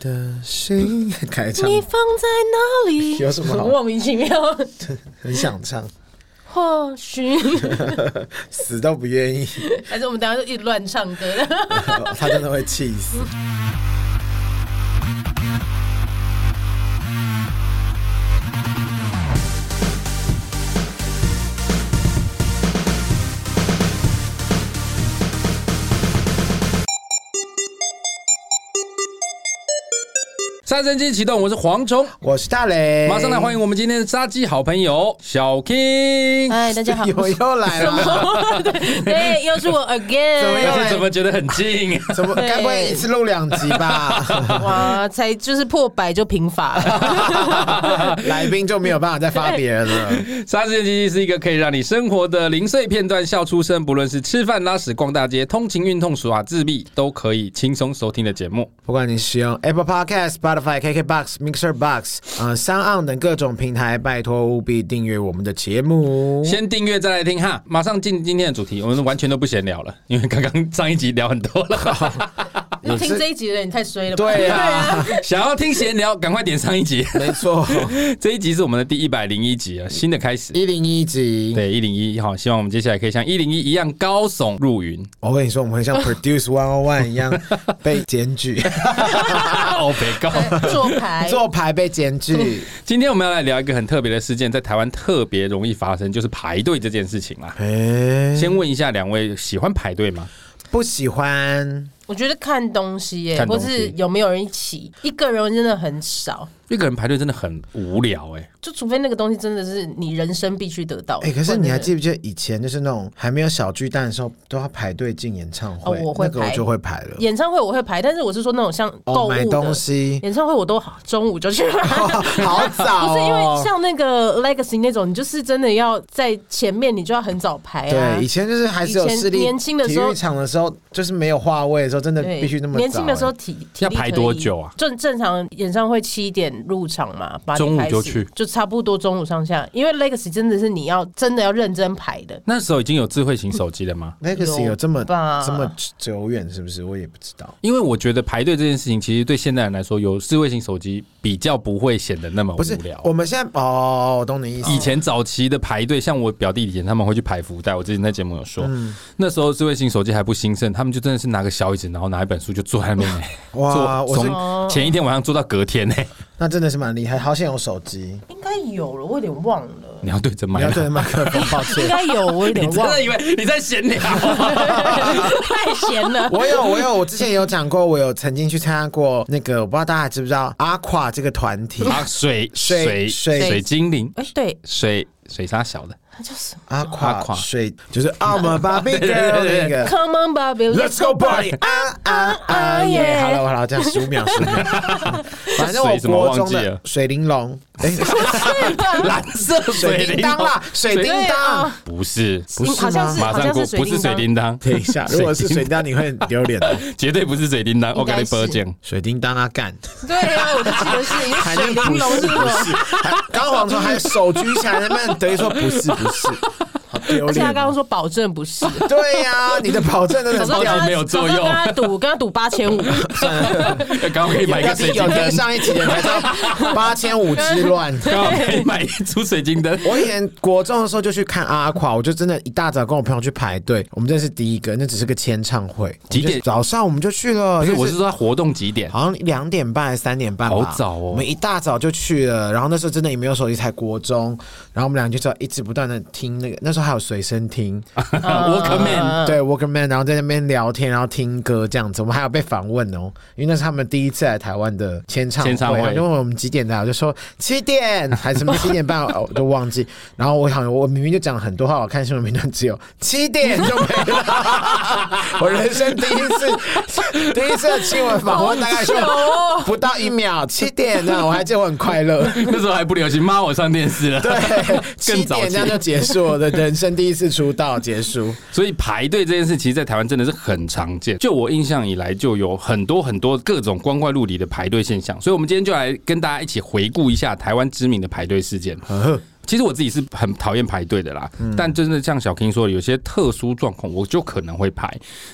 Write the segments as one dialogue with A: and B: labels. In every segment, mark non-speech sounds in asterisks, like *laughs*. A: 的心 *laughs* 开唱，
B: 你放在哪
A: *laughs*
B: 里？
A: 有什么
B: *laughs*
A: 好
B: 莫名其妙？
A: 很想唱，
B: 或许
A: 死都不愿意， *laughs*
B: 还是我们等一下就一直乱唱 *laughs* 歌。
A: 他真的会气死。
C: 杀神机启动，我是蝗虫，
A: 我是大雷，
C: 马上来欢迎我们今天的杀鸡好朋友小 King。
B: 嗨，哎大家好。
A: 我 *laughs* 又来了，
B: *laughs* 对，哎又是我 again。
A: 怎么又
C: 而且怎么觉得很近？
A: 怎么？该不会一次录两集 *laughs* 吧？
B: 哇，才就是破百就平法了。
A: *laughs* 来宾就没有办法再发别人了。
C: 杀时间机器是一个可以让你生活的零碎片段笑出声，不论是吃饭、拉屎、逛大街、通勤、运动、耍自闭，都可以轻松收听的节目。
A: 不管你使用 Apple Podcast、Spotify、KKBox、Mixer Box、呃、三岸等各种平台，拜托务必订阅我们的节目。
C: 先订阅再来听哈，马上进今天的主题，我们完全都不闲聊了，因为刚刚上一集聊很多了。
B: 你听这一集的人，你太衰了吧？
A: 对啊呀，
C: 想要听闲聊，赶快点上一集。
A: 没错，
C: 这一集是我们的第一百零一集啊，新的开始。
A: 一零一集。
C: 对，一零一好，希望我们接下来可以像一零一一样高耸
A: *laughs*
C: 入云。
A: 我跟你说，我们
C: *laughs*
A: 会像 Produce One One 一样被检举，
C: 哦，别告。
B: 哎做牌。
A: 做牌被检举。
C: 今天我们要来聊一个很特别的事件，在台湾特别容易发生，就是排队这件事情啦。
A: *laughs* 哎，
C: 先问一下两位，喜欢排队吗？
A: 不喜欢。
B: 我觉得看东西耶、
C: 看
B: 或
C: 东西
B: 是有没有人一起，一个人真的很少。
C: 一个人排队真的很无聊哎、
B: 就除非那个东西真的是你人生必须得到的。
A: 哎、可是你还记
B: 不
A: 不记得以前就是那种还没有小巨蛋的时候，都要排队进演唱会，
B: 哦我会
A: 那个我
B: 排
A: 就会排了
B: 然。演唱会我会排，但是我是说那种像
A: 哦，
B: 购物
A: 买
B: 的、
A: 东西
B: *laughs*
A: *laughs*
B: 演唱会我都好中午就去买。
A: 好早、哦，
B: 不是因为像那个 Legacy 那种，你就是真的要在前面，你就要很早排啊。
A: 对以前就是还是有
B: 以前
A: 视力，
B: 年轻的时候
A: 体育场的时候就是没有话位的时候，真的
B: 对
A: 必须那么早、
B: 年轻的时候
A: 哎
B: 体体力
C: 要排多久啊
B: 可以正正常演唱会七点入场嘛，八点
C: 中午
B: 开始
C: 就去，
B: 就差不多中午上下。因为 Legacy 真的是你要真的要认真排的，
C: 那时候已经有智慧型手机了吗？
A: 那个是有这么
B: 有吧
A: 这么久远，是不是？我也不知道。
C: 因为我觉得排队这件事情，其实对现代人来说，有智慧型手机比较不会显得那么
A: 不是
C: 无聊，
A: 我。们现在哦，我懂你意思。
C: 以前早期的排队，像我表弟以前他们会去排福袋，我之前在节目有说，
A: 嗯
C: 那时候智慧型手机还不兴盛，他们就真的是拿个小椅子，然后拿一本书就坐在那边、欸，
A: *laughs* 哇，
C: 坐
A: 我是哦
C: 从前一天晚上坐到隔天呢、欸
A: 那真的是蛮厉害，好像有手机。
B: 应该有了，我有点忘了。
C: 你要对着麦
A: 你要
C: 啦
A: 对着麦克风，抱
B: *laughs* 应
A: 歉。
B: 该有，我有
A: *laughs*
B: 点
C: 你 *laughs* 真
B: 忘了，
C: 的以为你在闲聊？啊
B: 太闲了。
A: 我有，我有，我之前有讲过，我有曾经去参加过那个，我不知道大家知不知道阿垮这个团体。
C: 啊，水
A: 水
C: 水
A: 水
C: 水精灵，
B: 哎，对，
C: 水水沙小的，
B: 他叫什么
A: 阿垮
C: 阿垮
A: 水就是澳门 Barbie
C: 对
A: Girl
C: 对
A: 那个。
B: ？Come on, baby,
A: Let's go party！啊啊啊耶！好了好了，这样十五秒十五秒。反正我国中的水玲珑，哎，
C: 蓝色
A: 水
C: 水
A: 叮
C: 铃
A: 当啦，水叮当。
C: 不是，不
A: 是吗
B: 哦好像是，
C: 马
B: 好
C: 上
B: 像
C: 过，
B: 是水
C: 不是水
B: 叮
C: 叮当，
A: 等一下，如果是水叮当，你会很丢脸的。
C: 绝对不是水叮当，我
B: 应
C: 给
B: 该
C: 你
B: 是
C: 播讲。
A: 水叮当啊，干！
B: 当。对啊，我就记得是，因为
A: 还
B: 水
A: 能
B: 玲珑是
A: 不
B: 我。
A: 是？刚黄虫还手举起来，那边等于说不是不是，好丢
B: 而且
A: 脸
B: 他刚刚
A: 哦。
B: 说保证不
C: *laughs*
B: 是，
A: 对呀，你的保证真的
C: 早
A: 很
C: 知
A: 屌
C: 道。没有作
B: 早
C: 用
B: 知道跟他赌，跟他赌八千五，
C: 刚好可以买一
A: 要
C: 个
A: 是
C: 水
A: 有
C: 晶
A: 跟
C: 灯，
A: 上一集的才到八千五之乱。
C: *laughs* 刚好可以买一组水晶灯。
A: 我以前国中的时候就去看阿垮，我就真的一大早跟我朋友去排队，我们这是第一个，那只是个签唱会，
C: 几
A: 我
C: 点
A: 们就早上我们就去了，
C: 不
A: *laughs*
C: 是，
A: 就是
C: 我是说它活动几点？
A: 好像两点半还是三点半吧，
C: 好早哦
A: 我们一大早就去了，然后那时候真的也没有手机，才国中，然后我们俩就在一直不断的听那个，那时候还有随身听，
C: *laughs* Walkman
A: 对 Walkman，然后在那边聊天，然后听歌这样子，我们还有被访问哦，因为那是他们第一次来台湾的签唱
C: 签唱会
A: 然后就问我们几点的，我就说七点还是什么七点半， *laughs* 哦我都忘记。然后我想我明明就讲了很多话，我看新闻评论只有七点就没了， *laughs* 我人生第一次第一次的新闻访问大概就
C: 哦
A: 不到一秒，七点呢，我还记得我很快乐。
C: 那时候还不流行，妈我上电视了。
A: 对，七
C: 更早
A: 点这样就结束我的人生第一次出道结束。
C: *laughs* 所以排队这件事，其实，在台湾真的是很常见。就我印象以来，就有很多很多各种光怪陆离的排队现象。所以，我们今天就来跟大家一起回顾一下台湾知名的排队事件。其实我自己是很讨厌排队的啦，
A: 嗯
C: 但真的像小 King 说的，有些特殊状况我就可能会排。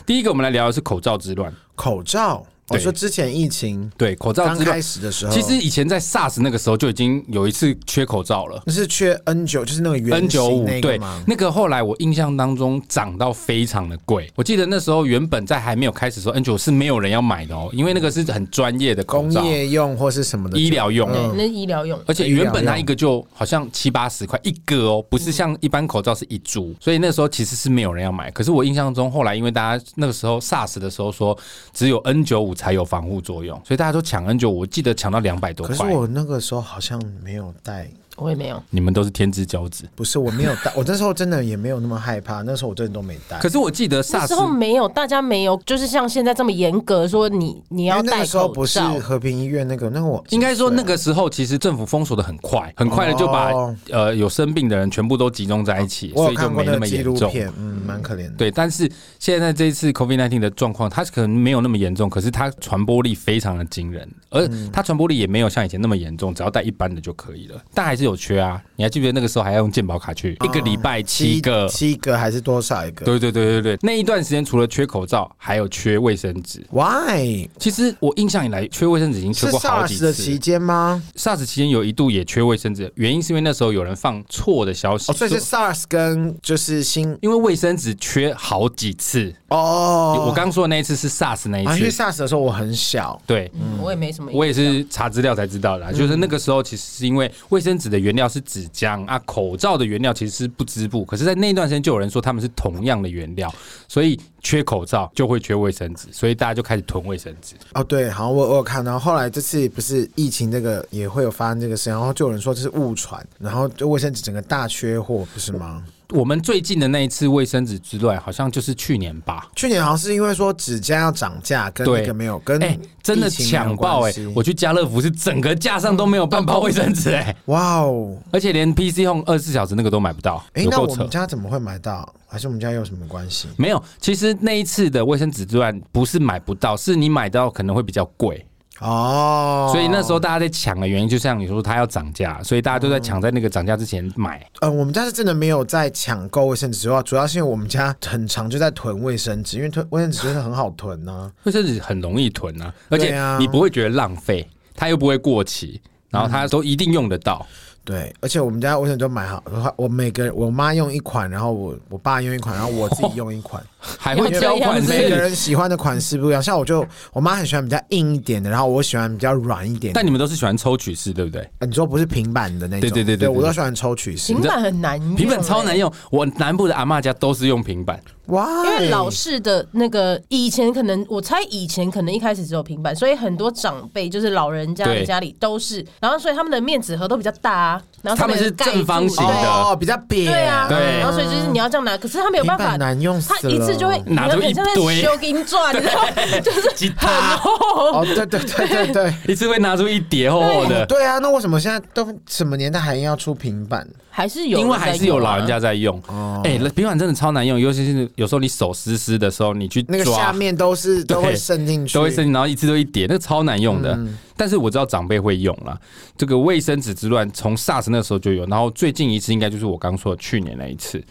C: 第一个，我们来聊的是口罩之乱。
A: 口罩我说之前疫情
C: 对，口罩
A: 刚
C: 之
A: 开
C: 乱。
A: 始的时候，
C: 其实以前在 SARS 那个时候就已经有一次缺口罩了。
A: 那是缺 N 九，就是那个圆
C: N 九
A: 形
C: 五
A: 那个
C: 对
A: 吗，？
C: 那个后来我印象当中涨到非常的贵。我记得那时候原本在还没有开始的时候，N 九是没有人要买的哦，因为那个是很专业的口
A: 工
C: 罩，
A: 业用或是什么的嗯
C: 医疗用。
B: 对，那是医疗用。
C: 嗯而且原本它一个就好像七八十块一个哦，不是像一般口罩是一株，所以那时候其实是没有人要买。可是我印象中，后来因为大家那个时候 SARS 的时候说只有 N 九五才有防护作用，所以大家都抢 N 九五，我记得抢到两百多
A: 可是
C: 块。
A: 我那个时候好像没有带，
B: 我也没有，
C: 你们都是天之骄子。
A: 不是我没有
C: *laughs*
A: 带，我那时候真的也没有那么害怕，那时候我真的都没带。
C: 可是我记得
B: 那时候
C: SARS
B: 没有，大家没有，就是像现在这么严格说你你
A: 因为
B: 要
A: 哎那
B: 戴
A: 个时候
B: 口
A: 不是
B: 罩。
A: 和平医院那个，那个我
C: 应该说那个时候其实政府封锁的很快，很快的就把、
A: 哦
C: 呃有生病的人全部都集中在一起，
A: 我
C: 所
A: 有
C: 以就
A: 看过
C: 没
A: 那
C: 那
A: 个
C: 么
A: 纪
C: 严
A: 录
C: 重。
A: 片，嗯，蛮可怜的。
C: 对，但是现在这一次 COVID 1 9的状况，它可能没有那么严重，可是它传播力非常的惊人，而
A: 嗯
C: 它传播力也没有像以前那么严重，只要带一般的就可以了。但还是有缺啊！你还记不记得那个时候还要用健保卡去，一个礼拜七个？
A: 啊哦七个还是多少一个
C: 对对对对对，那一段时间除了缺口罩，还有缺卫生纸。
A: ？Why
C: 其实我印象以来，缺卫生纸已经
A: 是
C: 缺过好几
A: SARS 的
C: 次。
A: 期间吗？
C: SARS 期间有一度也缺卫生纸，原因是因为那时候有人放错的消息，
A: 哦，所以是 SARS 跟就是新
C: 因为卫生纸缺好几次。
A: 哦，
C: 我刚说的那一次是 SARS 那一
A: 啊，因为
C: 次，
A: SARS 的时候我很小，
C: 对，
B: 嗯我也没什么。
C: 我也是查资料才知
A: 嗯
C: 道的、啊，就是那个时候其实是因为卫生纸的原料是纸浆啊，口罩的原料其实是不织布，可是，在那段时间就有人说他们是同样的原料，所以缺口罩就会缺卫生纸，所以大家就开始囤卫生纸。
A: 哦，对，好，我我有看到，后来这次不是疫情这个也会有发生这个事，然后就有人说这是误传，然后就卫生纸整个大缺货，不是吗？
C: 我们最近的那一次卫生纸之乱，好像就是去年吧。
A: 去年好像是因为说纸浆要涨价，跟
C: 对
A: 那个没有跟
C: 哎、真的
A: 疫情没有
C: 抢爆哎、
A: 关系
C: 我去家乐福是整个架上都没有半包卫生纸哎、
A: 哇哦，
C: 而且连 PC Home 二十四小时那个都买不到，
A: 哎、
C: 有
A: 那
C: 够
A: 我
C: 扯
A: 们。家怎么会买到？还是我们家有什么关系？
C: 没有，其实那一次的卫生纸之乱不是买不到，是你买到可能会比较贵，
A: 哦，
C: 所以那时候大家在抢的原因，就像你说它要涨价，所以大家
A: 嗯
C: 都在抢在那个涨价之前买。
A: 呃，我们家是真的没有在抢购卫生纸之外，主要是因为我们家很长就在囤卫生纸，因为囤卫生纸真的很好囤啊呢、
C: 卫生纸很容易囤啊，而
A: 对
C: 且
A: 啊
C: 你不会觉得浪费，它又不会过期，然后它
A: 嗯
C: 都一定用得到。
A: 对，而且我们家卫生纸都买好，我每个我妈用一款，然后我我爸用一款，然后我自己用一款，
C: *laughs* 还会
B: 要
C: 交换
B: 这样
A: 每个
C: 式。
A: 人喜欢的款式不一样。像我就我妈很喜欢比较硬一点的，然后我喜欢比较软一点的。
C: 但你们都是喜欢抽取式，对不对？
A: 呃你说不是平板的那种，
C: 对对对对对
A: 我都喜欢抽取式
B: 平。板很难用，
C: *laughs* 平板超难用，我南部的阿嬷家都是用平板，
A: 哇，
B: 欸因为老式的那个以前可能，我猜以前可能一开始只有平板，所以很多长辈就是老人家
C: 对
B: 的家里都是，然后所以他们的面纸盒都比较大、啊，然后上面
C: 他们是
B: 有盖住
C: 正方形的
A: 哦，比较扁，
B: 对啊，
C: 对
B: 然后所以就是你要这样拿，可是他没有办
A: 平
B: 法，
A: 板难用死
B: 他
A: 了
B: 一次就会
C: 拿出一堆
B: 你很像在修金钻，你知道吗就是很厚。
A: 哦，对对对
C: *laughs*
A: 对对。
C: 一次会拿出一叠厚厚的，
A: 对啊，那为什么现在都什么年代还要出平板？
B: 还是有，
C: 因为还是有老人家。在用。
A: 哦
C: 哎，平板真的超难用，尤其是有时候你手湿湿的时候，你去
A: 那个
C: 抓
A: 下面都是都会渗进去，
C: 都会申请，然后一次都一叠，那个超难用的。
A: 嗯
C: 但是我知道长辈会用啦。这个卫生纸之乱从 SARS 那时候就有，然后最近一次应该就是我刚说的去年那一次。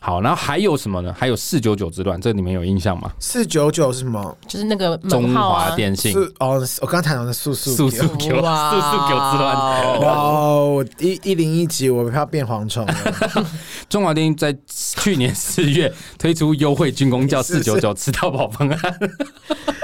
C: 好，然后还有什么呢？还有四九九之乱，这你们有印象吗？
A: 四九九是什么？
B: 就是那个
C: 中
B: 门号
C: 华
B: 啊，
C: 电信
A: 四哦，我刚才讲的素素
C: 速
A: 九
C: 速九速速九之
B: 哇
C: 乱。
A: 哇哦，一一零一集我要变蝗 *laughs* 虫了，
C: 中华电信在去年四月推出优惠军工叫四九九吃到饱方案。 *laughs*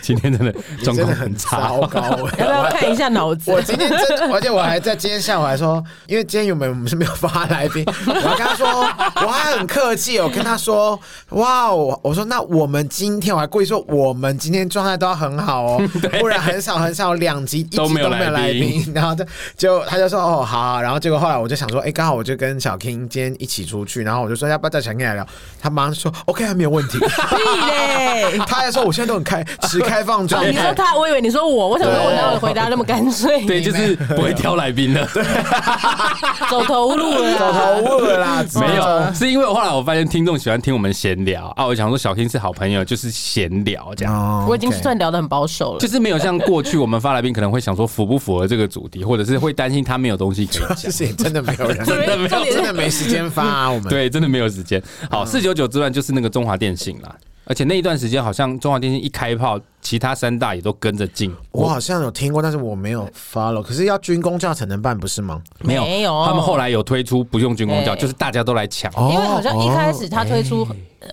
C: 今天真的状
A: 真
C: 况
A: 的
C: 很
A: 很
C: 差
A: 糟，糕 *laughs*
B: 要
A: 哎。
B: 不要看一下脑子
A: 我？今天真，而且我还在今天下午还说，因为今天原本我们是没有发来 *laughs* 宾，我还跟他说，我还很客气，我跟他说，哇哦，我说那我们今天我还故意说我们今天状态都要很好哦， *laughs* 不然很少很少两集一集
C: 都
A: 都
C: 没
A: 没
C: 有
A: 有
C: 来
A: 来
C: 宾
A: 宾， *laughs* 然后就就他就说哦好啊、然后结果后来我就想说，哎、刚好我就跟小 King 今天一起出去，然后我就说要不要叫小 King 来聊，他马上说 OK 还没有问题，
B: 屁嘞！
A: 他还说我现在都很开持开放状
B: 哦，
A: 态，
B: 你说他，我以为你说我，我想说我哪有回答那么干脆？
C: *laughs* 对，就是不会挑来宾
A: *laughs*
C: 了。
A: 啊
B: 走投无路了，
A: 走投无哎路了啦，
C: *laughs* 没有，是因为后来我发现听众喜欢听我们闲聊啊，我想说小听是好朋友，就是闲聊这样。
A: 哦
B: 我已经
A: OK
B: 算聊得很保守了
C: 就。是没有像过去我们发来宾可能会想说符不符合这个主题，或者是会担心他没有东西可以
A: 这
C: 讲。
A: 些真的没有
C: *laughs*
A: 人，
B: 真的没有
A: 真的没时间发、啊、我们。
C: 嗯对，真的没有时间。好，四九九之乱就是那个中华电信啦。而且那一段时间好像中华电信一开炮，其他三大也都跟着进。
A: 我好像有听过，但是我没有 follow。可是要军工教才能办，不是吗？
C: 没有，
B: 没有
C: 他们后来有推出不用军工教，
B: 哎
C: 就是大家都来抢。
A: 哦
B: 因为好像一开始他推出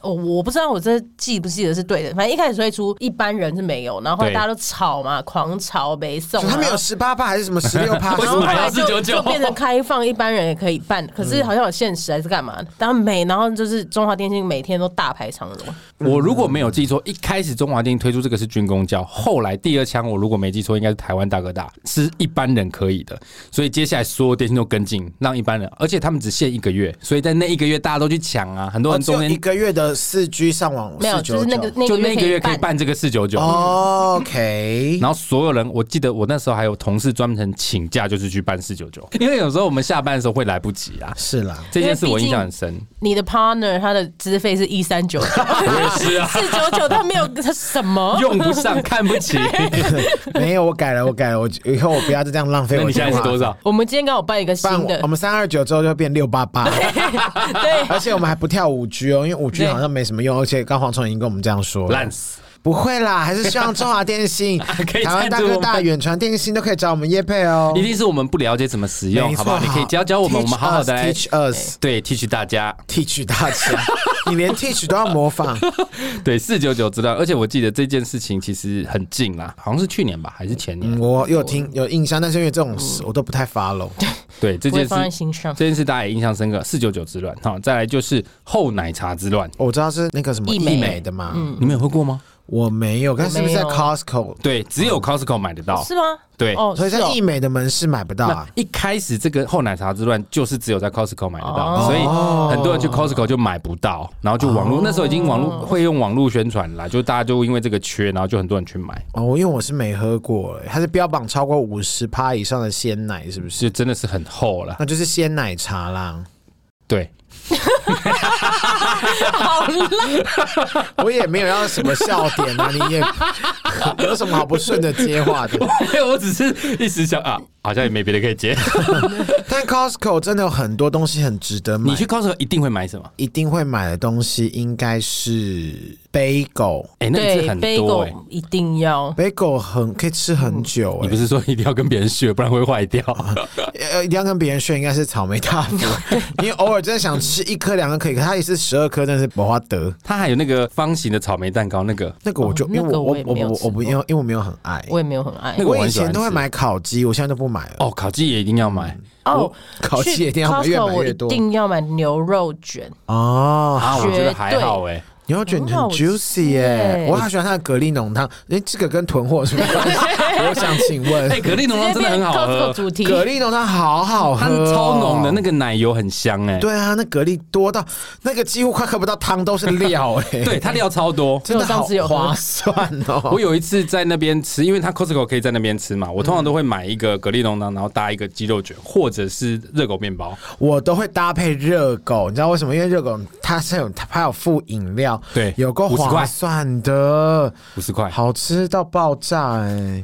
C: 哦，
B: 我、我不知道我这记不记得是对的，反正一开始推出一般人是没有，然后后来
C: 对
B: 大家都吵嘛，狂吵没送、
A: 所
B: 啊，
C: 哦
A: 以他们有十八趴还是
C: *laughs*
A: 什么十六趴？
C: 为
B: 然
C: 什
B: 后
C: 么
B: 后
C: 还要
B: 来就
C: 499
B: 就变成开放，一般人也可以办，
C: 嗯
B: 可是好像有限时还是干嘛的？当然没，然后就是中华电信每天都大排长龙，
C: 我如果没有记错，一开始中华电信推出这个是军工教，后来第二枪我如果没记错，应该是台湾大哥大，是一般人可以的，所以接下来所有电信都跟进，让一般人，而且他们只限一个月，所以在那一个月大家都去抢啊，很多
A: 哦
C: 人
A: 只
C: 中
A: 有一
C: 间
A: 个月的四 G 上网
B: 没有，
A: 四
B: 就
A: 九
B: 是那个
A: 九。
B: 那
C: 就
B: 个
C: 那个月可以
B: 办。
C: 办这个四九九，
A: 哦 OK，
C: 然后所有人，我记得我那时候还有同事专门请假，就是去办四九九， *laughs* 因为有时候我们下班的时候会来不及啊。
A: 是啦，
C: 这件事我印象很深，
B: 你的 partner 他的资费是一三九九，
C: 是啊，
B: *laughs* 四九九他没有他什么
C: 用不上，看不 *laughs* 起。
A: 没有我改了，我改了，我以后我不要再这样浪费
C: 那
A: 我
C: *laughs* 你现
A: 电
C: 在
A: 话
C: 是。多少？
B: 我们今天刚好办一个新
A: 办
B: 的
A: 我，们三二九之后就变六八八，
B: *laughs* 对，
A: 而且我们还不跳五 G 哦，因为五 G
B: 对
A: 好像没什么用，而且刚黄虫已经跟我们这样说了
C: 烂死！
A: 不会啦，还是希望中华电信、
C: *laughs* 可以
A: 台湾
C: 赞
A: 大
C: 助我
A: 哥
C: 们
A: 大、远传电信都可以找我们叶配哦
C: 一。定是我们不了解怎么使用，
A: 没
C: 好
A: 错
C: 不好？你可以教教我们，
A: teach
C: 我们好好
A: us，
C: 的来
A: teach us
C: 对 teach 大家。
A: teach 大家，你连 teach 都要模
C: *laughs*
A: 仿，
C: 对四九九知道，而且我记得这件事情其实很近啦，好像是去年吧，还是前年？
A: 嗯我有听有印象，但是因为这种
B: 嗯
A: 事我都不太 follow。
C: 对这
B: 不会
C: 件
B: 放在
C: 事，
B: 心上。
C: 这件事大家也印象深刻。四九九之乱，好，再来就是后奶茶之乱，
A: 我知道是那个什么
B: 易
A: 医
B: 美嗯
A: 美的嘛，
C: 你们有喝过吗？
A: 我没有，但是不是在
B: 我没有
A: Costco？
C: 对，只有 Costco 买得到。
B: 是吗？
C: 对
B: 哦，
A: 所以在
B: 是哦
A: 易美的门市买不到
C: 那
A: 啊。
C: 一开始这个后奶茶之乱就是只有在 Costco 买得到，
B: 哦
C: 所以很多人去 Costco 就买不到，然后就网络那时候已经网络会用网络宣传啦，就大家就因为这个缺，然后就很多人去买，
A: 哦，因为我是没喝过、欸，它是标榜超过五十趴以上的鲜奶，是不是？
C: 是真的是很厚了。
B: 嗯
A: 那就是鲜奶茶啦。
C: 对，
B: *laughs* 好烂，
A: 我也没有要什么笑点啊，你也有什么好不顺的接话的？
C: 没有，我只是一时想啊，好像也没别的可
B: *laughs*
C: 以接。
A: 但 Costco 真的有很多东西很值得买
C: 你，去 Costco 一定会买什么？
A: 一定会买的东西应该是 bagel。
C: 哎，那也
B: 对
C: 是很多哎
B: ，bagel。一定要。
A: bagel 很可以吃很久、
C: 嗯你不
A: 欸，
C: 是说一定要跟别人学，不然会坏
B: *laughs*
C: 掉？
A: 呃，一定要跟别人炫，应该是草莓大
C: *laughs*
A: 福，因为偶尔真的想吃一颗两颗可以，可它也是十二颗，真的是不花得。
C: 它还有那个方形的草莓蛋糕，那个
A: 那个我就、
B: 哦
A: 因为
B: 那个
A: 我
B: 我也
A: 我
B: 没有
A: 我
B: 吃
A: 我不
B: 过
A: 因为因为我没有很爱，
B: 我也没有很爱
C: 那个我
A: 我
C: 很
A: 以
C: 喜欢
A: 前都会
C: 吃
A: 买烤鸡，我现在都不买了。
C: 哦，烤鸡也一定要买
B: 哦。
A: 烤鸡
B: 去
A: 一定要买，越
B: Costco
A: 买
B: 我
A: 越
B: 一
A: 多
B: 定要买牛肉卷，
A: 哦。
C: 啊！我觉得还
B: 绝对
C: 好哎，
A: 牛肉卷
B: 很
A: 很
B: 好吃哦
A: juicy 耶、
B: 耶
A: 我好喜欢它的蛤蜊浓汤。哎、这个跟囤货有什么
B: *laughs*
A: 关系？我想请问，
C: 哎，蛤蜊浓汤真的很好
B: 直接变 Costco
C: 喝，
B: 主题，
A: 蛤蜊浓汤好好喝、
C: 它
A: 哦，
C: 超浓的，那。个奶油很香哎。
A: 对啊，那蛤蜊多到那个几乎快喝不到汤，都是料哎、
C: *laughs* 对，它料
A: *laughs*
C: 超多。
A: 真的
B: 因为
A: 好
B: 我上次有喝
A: 划算
B: *laughs*
A: 哦。
C: 我有一次在那边吃，因为它 Costco 可以在那边吃嘛，我通常都会买一个蛤蜊浓汤，然后搭一个鸡肉卷或者是热狗面包。
A: 我都会搭配热狗，你知道为什么？因为热狗它是有它还有附饮料，
C: 对
A: 有够
C: 50
A: 划
C: 块
A: 算的，
C: 五十块，
A: 好吃到爆炸哎、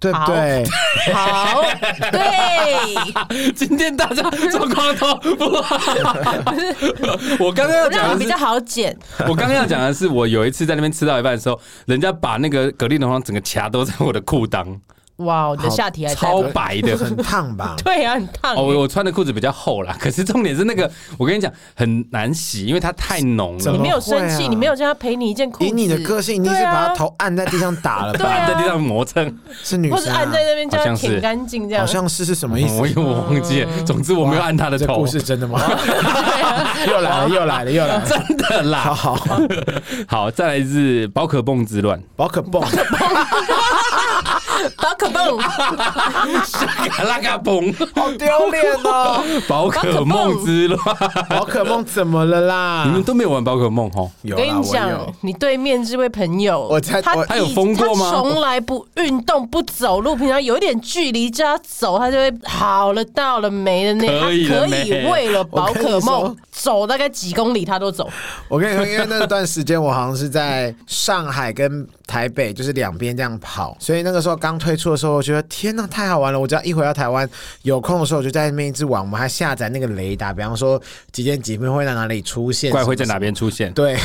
A: 对不
B: 好
A: 对？
B: 好， *laughs* 对，
C: 今天大家做光头不好。我刚刚要
B: 让
C: 讲
B: 你
C: 的
B: 比
C: 是
B: 较，好剪。
C: 我刚刚要讲的是，我有一次在那边吃到一半的时候，人家把那个蛤蜊浓汤整个卡都在我的裤裆，
B: 哇，我的下体还在
C: 超白的。
A: 很烫吧？
B: *laughs* 对啊，很烫
C: 哦，
B: 欸。
C: 我我穿的裤子比较厚啦，可是重点是那个，我跟你讲很难洗，因为它太浓
A: 怎
C: 了
A: 么
B: 你。欸没有生
A: 会
B: 气，
A: 啊
B: 你没有叫他赔你一件裤子。
A: 以你的个性，你一定是
B: 对啊
A: 把他头按在地上打了
B: 对
A: 吧？
B: 啊
C: 在地上磨蹭，
A: *laughs* 是女
B: 或
A: 生
B: 者
A: 啊、
B: 按在那边叫
C: 好
B: 他
C: 像是
B: 舔干净这样
A: 好。像是是什么意思？
C: 我以为我忘记
B: 嗯
C: 了。总之我没有按他的
A: 这
C: 头
A: 故，事真的
B: *laughs*
A: 吗？又来了，又来了，又来了。
C: 真的
A: 好
C: 啦。
A: 好，
C: *laughs* 好，再来是宝可梦之乱， *laughs*
A: 宝可梦，
B: 宝可哦梦，
C: 拉嘎崩，
A: 好丢脸哦！
C: 宝可梦之乱，
A: 宝可梦怎么了啦？
C: *laughs* 你们都没有玩宝可
A: *laughs*
C: 梦吼？
A: *laughs* 有
B: 我
A: 啦
B: 跟你
A: 我
B: 讲
A: 有，
B: 你对面这位朋友，
A: 我才
B: 他
A: 我
C: 他有疯过吗
B: 他从来不运动，不走路，平常有一点距离叫他走，他就会好了，到了没了那他
C: 可以了
B: 可以
C: 没
B: 为了宝可
A: 我跟
B: 梦
A: 你
B: 走大概几公里他
A: *laughs*
B: 都走。
A: 我跟你说，因为那段时间我好像是在上海跟台北，就是两边这样跑，所以那个时候刚推出的时候，候，我觉得天呐，太好玩了！我只要一回到台湾，有空的时候我就在那边一直玩，我们还下载那个雷达，比方说几点几分会在哪里出现，
C: 怪会在哪边出现？
A: *laughs* 对，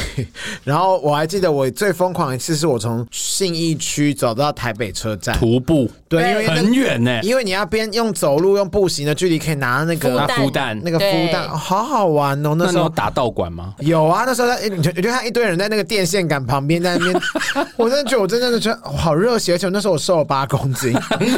A: 然后我还记得我最疯狂一次是我从信义区走到台北车站，
C: 徒步
A: 对，因为那
C: 很远呢、
A: 因为你要边用走路用步行的距离，可以拿那
B: 负
A: 个
C: 那
B: 担
C: 孵蛋
A: 那个孵蛋，
B: 对
A: 好好玩哦！那
C: 那你
A: 时
C: 有
A: 候
C: 打道馆吗？
A: 有啊，那时候在，诶你就你就看一堆人在那个电线杆旁边在那
C: *laughs*
A: 边，我真的觉得我真的觉得我好热血，而且那时候我瘦了八公斤，好啊
B: 你要不要把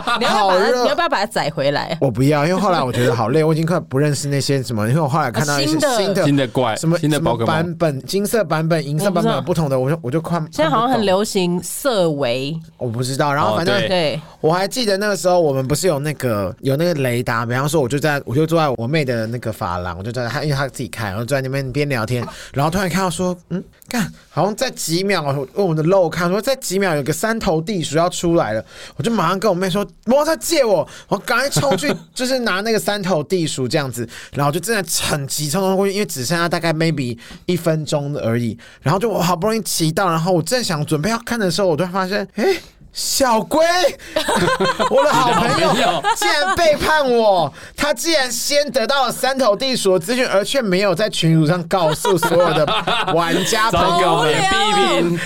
B: 它，你要
A: 热
B: 不。要把它载回来？
A: 我不要，因为后来我觉得好累，我已经快不认识那些什么，因为我后来看到一些
B: 啊新的
A: 新的
C: 新的怪，
A: 什么
C: 新的
A: 什么
C: 宝可梦，
A: 版本，金色版本、银色版本有不同的，我就我就看
B: 现在好像很，
A: 看
B: 流行色违，
A: 不懂我不知道。然后
C: 哦
A: 反正、
C: 对
B: 对，
A: 我还记得那个时候，我们不是有那个有那个雷达，比方说，我就在我就坐在我妹的那个发廊，我就在她，因为她自己开，然后坐在那边边聊天，然后突然看到说，嗯，看好像在几秒，我问我的漏看说，在几秒有个三头地鼠要出来了，我就马上跟我妹说，摩托车借我，我赶快冲去，就是拿那个三头地鼠这样子，然后就真的很急匆匆过去，因为只剩下大概 maybe 一分钟而已，然后就我好不容易骑到，然后我正想准备要看的时候，我突然发现，哎、小龟， *laughs* 我的好朋友
C: 你的好朋友
A: 竟然背叛我，他竟然先得到了三头地鼠的资讯，而却没有在群组上告诉所有的玩家朋
C: *laughs* 糟
A: 友
C: 糕，
B: 无
C: 被
B: 聊啊
C: 批评。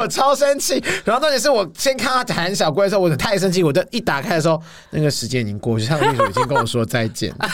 A: 我超生气。然后重点是我先看他弹小龟的时候，我太生气，我就一打开的时候，那个时间已经过去，他的地鼠已经跟我说再见了。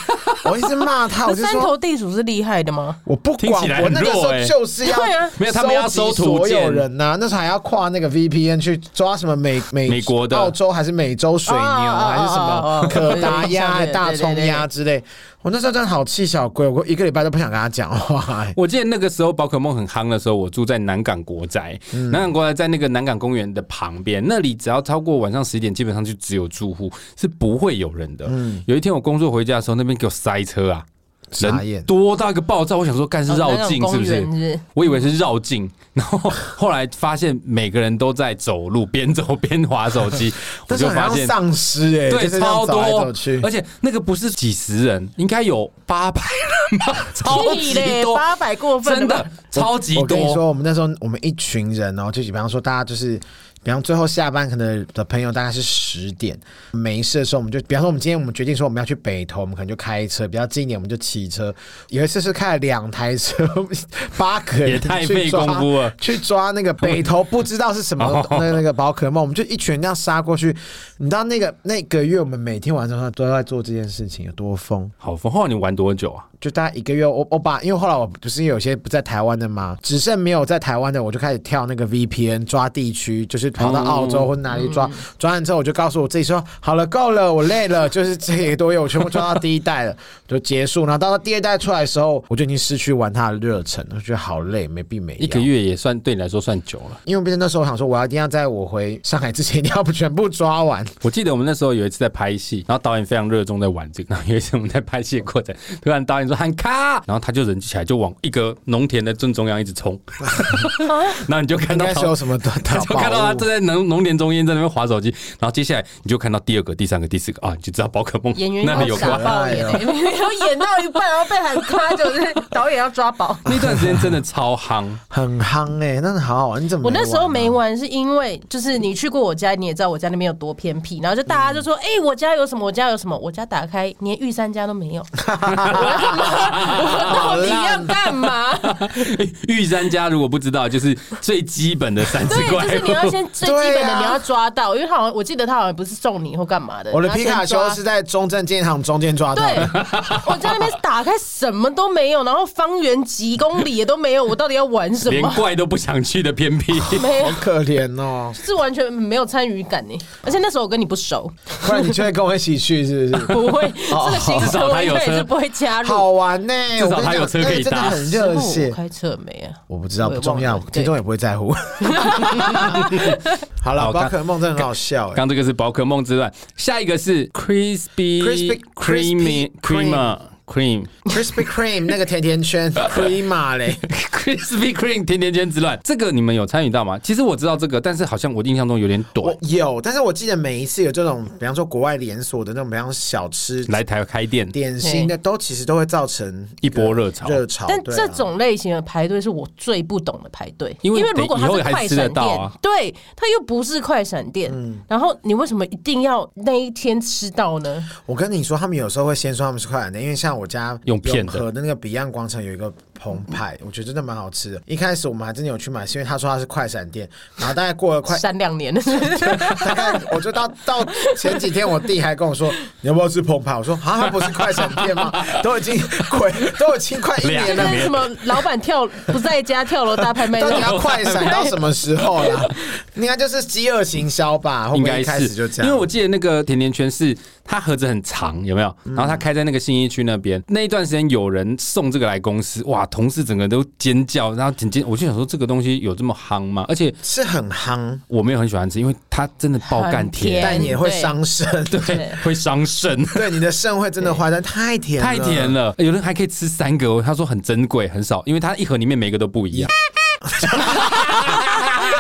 A: 我一直骂他，我
B: 那
A: 就
B: 三
A: 说。
B: 头地鼠是厉害的吗？
A: 我不
C: 听起
A: 管，
C: 来很
A: 我那个时
C: 弱
A: 候
C: 欸
A: 就是要
B: 对啊
C: 没有他们要
A: 收
C: 收
A: 集
C: 图
A: 所有
C: 鉴
A: 人呐、那时候还要跨那个 VPN 去抓什么美美
C: 美国的
A: 澳洲还是美洲水牛、
B: 哦哦
A: 还是什
B: 哦
A: 么
B: 哦
A: 可达鸭、
B: 对对对
A: 大葱鸭之类。我那时候真的好气小鬼，我一个礼拜都不想跟他讲话、欸
C: 我记得那个时候宝可梦很夯的时候，我住在南港国宅，
A: 嗯
C: 南港国宅在那个南港公园的旁边，那里只要超过晚上十点，基本上就只有住户，是不会有人的。有一天我工作回家的时候，那边给我塞车啊，
A: 嗯傻眼
C: 人多到一个爆炸，我想说干是绕境
B: 哦
C: 是不
B: 那
C: 是
B: 种？公园是
C: 我以为是绕境，然后后来发现每个人都在走路，边走边划手机，我
A: 但是
C: 就
A: 很
C: 发
A: 像
C: 现。
A: 丧尸哎、欸，
C: 对，
A: 就是这样
C: 超
A: 走
C: 多
A: 来走去，
C: 而且那个不是几十人，应该有八百人吧，超级
B: 屁嘞，
C: 哦多，
B: 八百过分了
C: 真的
B: 吧，
C: 超级
A: 我跟你
C: 多。
A: 说，我们那时候我们一群人哦，就比方说大家就是，比方最后下班可能的朋友大概是十点，没事的时候我们就，比方说我们今天我们决定说我们要去北投，我们可能就开车，比较近一点我们就骑车。有一次是开了两台车， *laughs* 八个人
C: 也太
A: 去
C: 费
A: 抓
C: 功夫了
A: 去抓那个北投不知道是什么那那个宝可梦，我们就一群人这样杀过去。你知道那个那个月我们每天晚上都在做这件事情有多疯？
C: 好疯！后来你玩多久啊？
A: 就大概一个月，我我把因为后来我不是有些不在台湾的嘛，只剩没有在台湾的，我就开始跳那个 VPN 抓地区，就是跑到澳洲或哪里抓，抓完之后我就告诉我自己说，好了，够了，我累了， *laughs* 就是这一个多月我全部抓到第一代了，就结束。然后到了第二代出来的时候，我就已经失去玩它的热忱，我觉得好累，没必没
C: 一个
A: 要。
C: 月也算对你来说算久了。
A: 因为毕竟那时候我想说，我要一定要在我回上海之前，一定要全部抓完。
C: 我记得我们那时候有一次在拍戏，然后导演非常热衷在玩这个。然后 *laughs* 有一次我们在拍戏的过程，突然导演说喊卡，然后他就人起来就往一个农田的正中央一直
B: *laughs*
C: 冲，然后你就看
A: 应
C: 到
A: 该是有什么的
C: 他 *laughs* 就看到他
A: 宝物
C: 正在农农田中间在那边划手机，然后接下来你就看到第二个、第三个、第四个啊，你就知道宝可梦
B: 演员
C: 那里有
B: 要
C: 瓜
B: 傻。爆眼欸，明明要演到一半，然后被喊卡，就是导演要抓宝。
C: 那段时间真的超夯，
A: 很夯哎、那好好玩。你怎啊么、
B: 我那时候没。玩，是因为就是你去过我家，你也知道我家那边有多偏僻，然后就大家就说，
C: 嗯
B: 哎、我家有什么，我家有什么，我家打开连御三家都没有， *laughs* 我到底要干嘛？
C: *laughs* 御三家如果不知道，就是最基本的三只
B: 对，
C: 怪哦
B: 就是你要
C: 物。
B: 先最基本
A: 对啊
B: 的你要抓到，因为他好像我记得他好像不是送你或干嘛的，
A: 我的
B: 你要
A: 皮
B: 先
A: 卡丘
B: 抓
A: 是在中正建行中间抓到
B: 对 *laughs*
A: 的。，
B: 我在那边打开什么都没有，然后方圆几公里也都没有，我到底要玩什
C: 连
B: 么？
C: 怪都不想去的偏僻，
B: *laughs* 没有
A: 好，可怜
B: *laughs*
A: 哦，
B: 是完全没有参与感呢。而且那时候我跟你不熟，
A: 不然你就会跟我一起去，是
B: *laughs*
A: 不是？
B: 不会，这个行
C: 哦至
B: 程
C: 少
B: 我
C: 他
B: 应
C: 有
B: 该也是
C: 车
B: 不会加入。
A: 好玩呢、
C: 至
A: 我
C: 少
A: 跟
C: 他
A: 你
C: 有
A: 讲，
C: 车可
A: 那
C: 以
A: 个真的
C: 搭
A: 很热
B: 师傅
A: 血
B: 我。开车没啊？
A: 我不知道，
B: 我
A: 不
B: 也
A: 重要
B: 忘了，对
A: 听众也不会在
B: *laughs*
A: 乎。好了，
C: 好
A: 宝
C: 刚
A: 可梦真的很好笑哎、
C: 刚这个是宝可梦之乱，下一个是 crispy
A: Crispy-
C: creamy
A: Crispy
C: creamer Cream、 *laughs*
A: Krispy Kreme 那个甜甜圈，Crema 嘞，
C: Krispy Kreme 甜甜圈之乱，这个你们有参与到吗？其实我知道这个，但是好像我印象中有点短
A: 我。有，但是我记得每一次有这种，比方说国外连锁的那种，比方小吃
C: 来台开店
A: 点心的，都其实都会造成
C: 一波热潮，
A: 热潮。
B: 但
A: 对啊
B: 这种类型的排队是我最不懂的排队，
C: 因为
B: 为如果它
C: 以
B: 是
C: 后还
B: 快
C: 吃得
B: 闪
C: 到
B: 店，
C: 啊
B: 对，它又不是快闪店，
A: 嗯
B: 然后你为什么一定要那一天吃到呢？
A: 我跟你说，他们有时候会先说他们是快闪店，因为像我家
C: 用片的
A: 永和的那个 Beyond 广场有一个澎湃，我觉得真的蛮好吃的。一开始我们还真的有去买，是因为他说他是快闪店，然后大概过了
C: *laughs* 啊
A: 快，
B: 闪两年，
A: *laughs* 大概我就到到前几天，我弟还跟我说你要不要吃澎湃，我说啊，它不是快闪店
C: *laughs*
A: 吗？都已经快都已经快一年
B: 现
A: 了
B: 在。什么老板跳不在家跳楼大拍卖
A: 到底
B: 那
A: 要
B: 种，
A: 快闪到什么时候啦？应该就是饥饿行销吧，会
C: 应
A: 不会
C: 该
A: 一开
C: 是
A: 始就这
C: 因
A: 样？
C: 为我记得那个甜甜圈是它盒子很长，有没有？
A: 嗯
C: 然后它开在那个信义区那边，那一段时间有人送这个来公司，哇，同事整个都尖叫，然后紧接我就想说这个东西有这么夯吗？而且
A: 是很夯，
C: 我没有很喜欢吃，因为它真的爆干甜，
A: 但也会伤肾，对
C: 对，会伤肾。
A: *laughs* 你的肾会真的坏，但太甜了，
C: 太甜了，有人还可以吃三个哦，他说很珍贵，很少，因为它一盒里面每个都不一样。。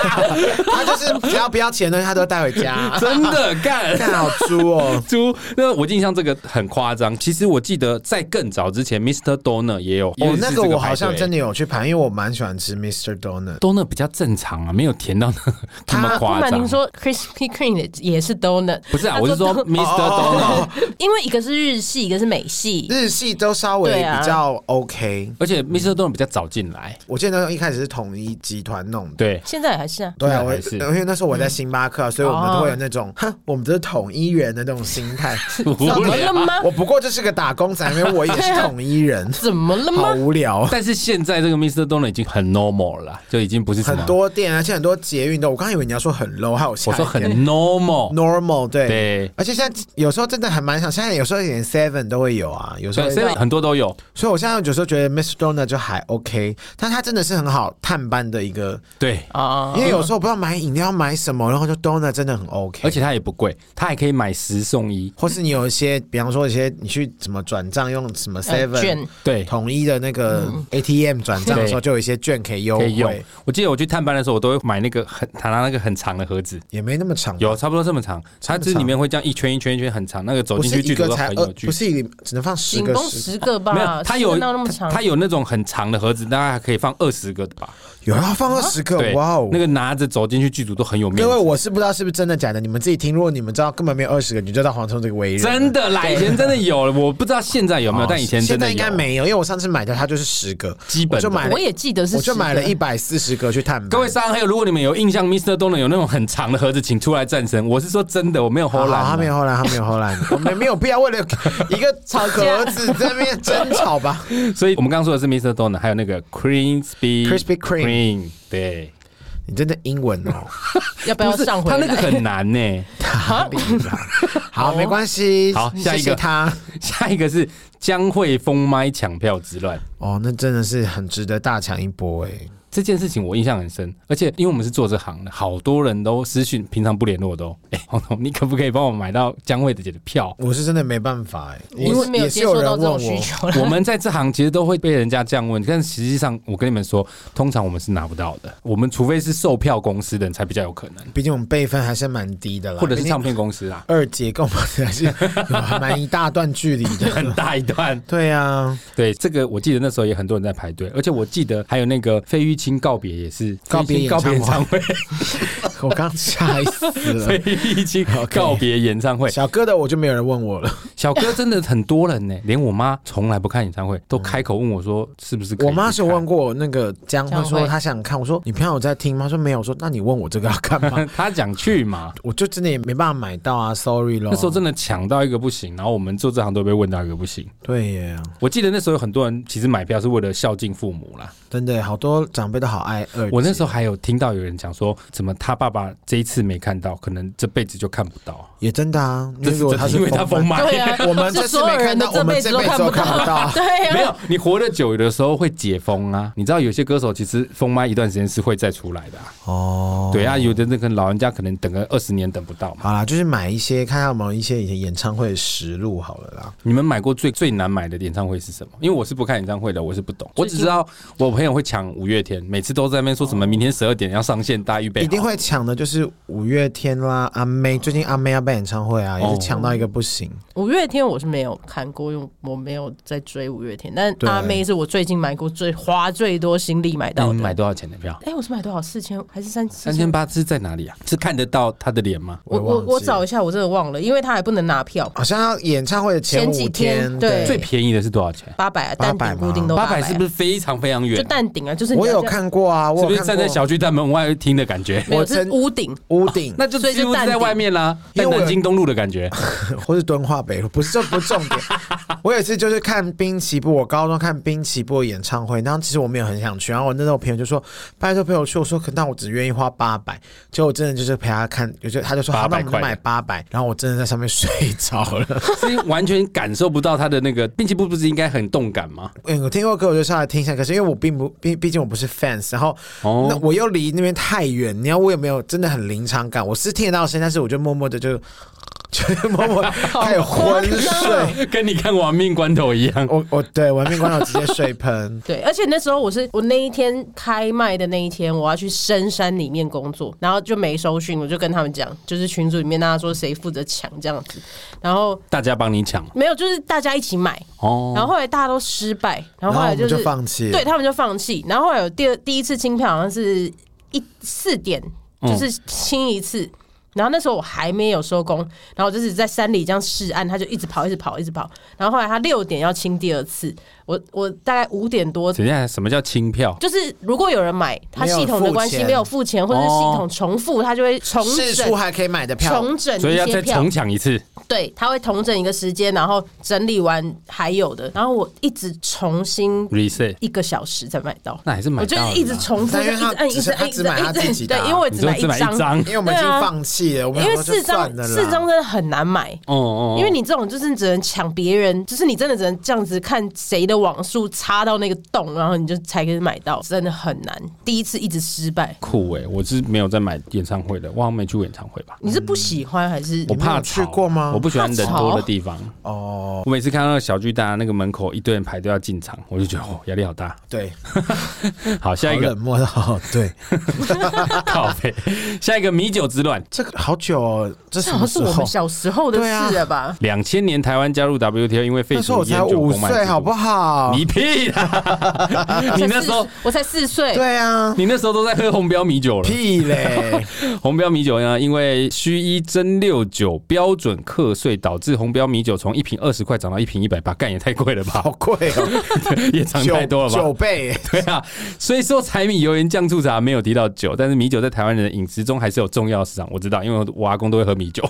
A: 他就是只要不要钱的东西，他都带回家
C: *laughs*
A: *laughs*
C: 真的干，
A: 看好猪
C: *laughs*
A: 哦，
C: 猪，那我印象这个很夸张。其实我记得在更早之前，Mr. Donut 也有，也
A: 哦
C: 是，
A: 那
C: 这
A: 个
C: 个
A: 我好像真的
C: 的
A: 有去盘，因为我蛮喜欢吃 Mr. Donut。
C: Donut 比较正常啊，没有甜到那 *laughs* 这么
B: 不
C: 夸
B: 瞒您
C: 张。
B: 说，Krispy Kreme 也是 donut，
C: 不是啊，
B: 他哦
C: 我是说 Mr. Donut，
B: 因为一个是日系，一个是美系，
A: 日系都稍微
B: 对啊
A: 比较 OK，、
C: 而且 Mr. Donut 比较早进来，
A: 我记得那时候一开始是统一集团弄的。
B: *laughs*
C: 对，
B: 现在还是啊。
A: 对啊，
C: 那
A: 我
C: 还是嗯哦
A: 因为那时候我在星巴克，所以我们都会有那种，哼，我们都是统一人的那种心态。
C: 无
B: 怎么了
C: 聊。
B: 吗？，
A: 我不过就是个打工仔，因为我也是统一人
B: 怎么了
A: 好
B: 吗？
A: 无
C: *laughs*
A: 聊。
C: *laughs* 但是现在这个 Mr. Donut 已经很 normal 了啦，就已经不是什
A: 很
C: 么，
A: 多店，而且很多捷运都，我刚才以为你要说很 low，还有
C: 我说很 normal，
A: normal，对。
C: 对，
A: 而且现在有时候真的还蛮想，现在有时候连 Seven 都会有啊，有时
C: 所
A: 候
C: 以现在很多都有，
A: 所以我现在有时候觉得 Mr. Donut 就还 OK，但它真的是很好探班的一个，
C: 对，
B: 啊
A: 因为有时候不知道买饮料买什么，然后就 Donut 真的很 OK，
C: 而且它也不贵，它还可以买十送一，
A: 或是你有一些，比方说一些你去怎么转账用什么
B: 呃
A: Seven
B: 券
C: 对，
A: 统一的那个
C: 嗯
A: ATM 转账的时候，就有一些券可以优
C: 可以用
A: 惠，。
C: 我记得我去探班的时候，我都会买那个很，他拿那个很长的盒子，
A: 也没那么长，
C: 有差不多这么长，它这里面会这样一圈一圈一圈很长，那个走
A: 不
C: 进
A: 是
C: 去
A: 一
C: 剧
A: 个
C: 组都
A: 才
C: 很
A: 二
C: 有，趣
A: 不。是一只能放十
B: 紧
A: 个
B: 绷
A: 十
B: 十个吧，
C: 没有，它有
B: 吃到那么长，
C: 它有那种很长的盒子，大概可以放二十个的吧。
A: 有要放二十个
C: 对，，
A: 哇哦！
C: 那个拿着走进去剧组都很有面
A: 各位，
C: 子。
A: 我是不知道是不是真的假的，你们自己听。如果你们知道根本没有二十个，你就到黄忠这个为人。
C: 真的啦，以前真的有，我不知道现在有没有，
A: 哦
C: 但以前
A: 现
C: 真的
A: 在
C: 有
A: 应该没有，因为我上次买的它就是十个，
C: 基本
A: 我
C: 的
A: 就买了
B: 我，也记得是
A: 我就买了
B: 10个
A: 一百四十个去探班。
C: 各位上黑，如果你们有印象，Mr. Donut 有那种很长的盒子，请出来战神。我是说真的，我没有
A: 好
C: 偷
A: 啦，他
C: 懒
A: 没
C: 啊。
A: 有后来，他没有后来，我们没有必要为了一个
B: 吵架
A: 盒子在那边争吵 *laughs* 吧。
C: 所以我们刚刚说的是 Mr. Donut，还有那个 Crispy
A: Krispy Kreme
C: Kreme，对，
A: 你真的英文哦，
B: *laughs* 要不要
C: 不是
B: 上回
C: 它
B: 来？
C: 那个很难呢、 *laughs*
A: 好厉害啊好，没关系，
C: 好下一
A: 谢
C: 个
A: 谢他。
C: 下一个是将会封麦抢票之乱。
A: 哦，那真的是很值得大抢一波哎、？
C: 这件事情我印象很深，而且因为我们是做这行的，好多人都私讯，平常不联络的哦。 *laughs* 哎、黄总，你可不可以帮我买到江惠姐的票 *laughs*
A: 我是真的没办法哎、
B: 我是没
A: 也
B: 有
A: 是
B: 接受
A: 人
B: 到
A: 问
B: 这种
A: 我，
B: 需求
C: 我们在这行其实都会被人家这样问，但实际上我跟你们说，通常我们是拿不到的。我们除非是售票公司的人才比较有可能，
A: 毕竟我们辈分还是蛮低的啦，
C: 或者是
A: 毕竟
C: 唱片公司啊啦，
A: 二姐跟我们还是有还蛮一大段距离的。
C: 很大一段。 *laughs*
A: 对啊，
C: 对，这个我记得那时候也很多人在排队，而且我记得还有那个费玉清告别也是
A: 告别
C: 费玉清告别
A: 演
C: 演
A: 唱
C: 唱会，
A: 我刚吓死了。
C: *laughs* 费玉清
A: OK
C: 告别演唱 *laughs* 会。
A: 小哥的我就没有人问我
C: *laughs*
A: 了，
C: 小哥真的很多人呢， *laughs* 连我妈从来不看演唱会，都开口问我说是不是可以去
A: 我
C: 看？
A: 妈是问过我那个江辉
B: 江
A: 说
B: 惠
A: 她想看，我说你朋友在听吗？她说没有，我说那你问我这个要干嘛？
C: *laughs* 她讲去 *laughs* 嘛，
A: 我就真的也没办法买到啊，sorry 咯。
C: 那时候真的抢到一个不行，然后我们做这行都被问到一个不行。
A: 对耶，
C: 我记得那时候有很多人其实买票是为了孝敬父母啦。
A: 真的好多长辈都好爱二姐。
C: 我那时候还有听到有人讲说，怎么他爸爸这一次没看到，可能这辈子就看不到。
A: 也真的啊，因
C: 这
A: 为
C: 是
A: 如果他
C: 真的
A: 是
C: 因为他
A: 封
C: 封
A: 麦，
C: 麦。
B: 对啊，
A: 我们这
B: 是
A: 次
B: 所有
A: 没看
B: 人的
A: 到我们
B: 辈子
A: 这
B: 都
A: 辈子
B: 看
A: 都看不
B: 到，
A: 到
B: *laughs* 对啊，
C: *laughs* 没有，你活得久的时候会解封啊。你知道有些歌手其实封麦一段时间是会再出来的、啊，
A: 哦。
C: 对啊，有的那个老人家可能等个二十年等不到嘛。
A: 好啦，就是买一些看看有没有一些以前演唱会的实录好了啦。
C: 你们买过最最难买的演唱会是什么？因为我是不看演唱会的，我是不懂，我只知道我朋友会抢五月天，每次都在那边说什么明天十二点要上线，大家预备好
A: 一定会抢的就是五月天啦，阿妹最近阿妹要办演唱会啊，也
C: 哦
A: 是抢到一个不行。
B: 五月天我是没有看过，因为我没有在追五月天。但
A: 对
B: 阿妹是我最近买过最花最多心力买
C: 那
B: 到
C: 我
A: 嗯
B: 的。
C: 哎买多少钱的票？
B: 哎、我是买多少？四千还是三
C: 三千？八是在哪里啊？是看得到他的脸吗？
B: 我
A: 我也
B: 我
A: 忘记
B: 我找一下，我真的忘了，因为他还不能拿票，
A: 好像要演唱会的前
B: 前
A: 五
B: 几天对
C: 最便宜的是多少钱？
B: 八百
A: 800
B: 蛋顶固定
A: 吗
B: 都
C: 八
B: 百、啊
C: 百是不是非常非常
B: 就
C: 远？
B: 蛋顶啊？就是你
A: 我
B: 要
A: 有
B: 这样，
A: 看过啊，我
C: 是
A: 有
C: 不是
A: 看过
C: 站在小巨蛋门外听的感觉？
B: 没有
A: 我
B: 是
A: 真
B: 屋顶。
A: 屋顶，
C: 那就
B: 所以
C: 几乎
B: *laughs* 就是淡
C: 在
B: 定，
C: 外面啦，
A: 因
C: 在
A: 为我
C: 南京东路的感觉。
A: *laughs* 或是敦化北路，不是这不是重
C: *laughs*
A: 点。我有一次就是看滨崎步，我高中看滨崎步的演唱会，当时其实我没有很想去，然后我那时候朋友就说拜托陪我去，我说可但我只愿意花八百，结果我真的就是陪他看，有些他就说好，
C: 800
A: 那我们就
C: 块
A: 买八百，然后我真的在上面睡着了。
C: 是完全感受不到他的那个，并且不不是应该很动感吗？
A: 嗯，我听过歌我就上来听一下，可是因为我并不毕毕竟我不是 fans，然后
C: 哦
A: 那我又离那边太远，你要我有没有真的很临场感？我是听得到声音，但是我就默默的就 *laughs* 就是默默地开始昏睡。
C: *laughs* 跟你看《亡命关头》一样。
A: *laughs* 我我对玩命关头直接睡喷
B: 对，而且那时候我是我那一天开麦的那一天，我要去深山里面工作，然后就没收讯，我就跟他们讲，就是群组里面大家说谁负责抢这样子，然后
C: 大家帮你抢
B: 没有，就是大家一起买，
C: 哦，
B: 然后后来大家都失败，
A: *laughs* 然
B: 然后
A: 后
B: 后
A: 我
B: 来
A: 们
B: 是
A: 就放弃了
B: 对他们就放弃。然后后来有第二第一次清票，好像是一四点，
A: 嗯
B: 就是清一次。然后那时候我还没有收工，然后我就是在山里这样试案，他就一直跑，一直跑，一直跑。然后后来他六点要清第二次，我我大概五点多，
C: 等一下，什么叫清票？
B: 就是如果有人买，他
A: 没有
B: 系统的
A: 付
B: 关系
A: 钱
B: 没有付钱，或者是
C: 哦
B: 系统重复，他就会重
A: 试
B: 整
A: 出还可以买的票，
B: 重整一些票，
C: 所以要再重抢一次，
B: 对，他会同整一个时间，然后整理完还有的，然后我一直重新
C: reset
B: 一个小时才买到，
C: 那还是买
B: 我就
C: 到了啦
B: 是一直重复，
A: 但因为
B: 就一直
A: 他
B: 按，一
A: 只是
B: 直哎
A: 他
B: 按，一
A: 只
B: 直
A: 买
B: 按，
A: 他自
B: 一直
A: 己的啊
B: 对，因为我
C: 你
B: 只
C: 说
B: 买
C: 只买一
B: 张，
C: 张
A: *laughs* 因，为我们已经
B: 对啊
A: 放弃了，我们
B: 因为
A: 想说
B: 四
A: 就算
B: 张
A: 了啦
B: 四张真的很难买。
C: 哦哦，
B: 因为你这种就是只能抢别人，就是你真的只能这样子看谁的网速插到那个洞，然后你就才可以买到，真的很难。第一次一直失败，
C: 酷哎，我是没有在买演唱会的，我好像没去过演唱会吧。
B: 你是不喜欢还是
C: 我
A: 你没
C: 怕
A: 有去
C: 吵
A: 过吗
C: 我不喜欢人多
B: 怕吵
C: 的地方。
A: 哦，
C: 我每次看到小巨蛋啊那个门口一堆人排队要进场，我就觉得哦压力好大。
A: 对，
C: 好，下
A: 好
C: 一个
A: 冷漠的，好 *laughs* 对，
C: 靠背，下一个米酒之乱。
A: 这个好久哦，这
B: 这
A: 什
B: 好
A: 么
B: 像是
A: 时
B: 我
A: 候
B: 们？小时候的
A: 对啊
B: 事了吧？
C: 两千年台湾加入 WTO，因为废
A: 那时候
C: 除
A: 我
C: 烟
A: 才
C: 酒
A: 五
C: 公卖制
A: 岁，
C: 度
A: 好不好？
C: 你屁啦！ *laughs* 啊你那时候，
B: 我才四岁，
A: 对啊，
C: 你那时候都在喝红标米酒了。
A: 屁嘞，
C: 红标米酒呢，因为虚一蒸馏酒标准课税，导致红标米酒从一瓶二十块涨到一瓶一百八，干也太贵了吧？
A: 好贵
C: *laughs*
A: 哦，
C: 也涨太多
A: 九
C: 了吧？
A: 九倍，
C: 对啊，所以说柴米油盐酱醋茶没有提到酒，但是米酒在台湾人的饮食中还是有重要的市场。我知道，因为我阿公都会喝米酒，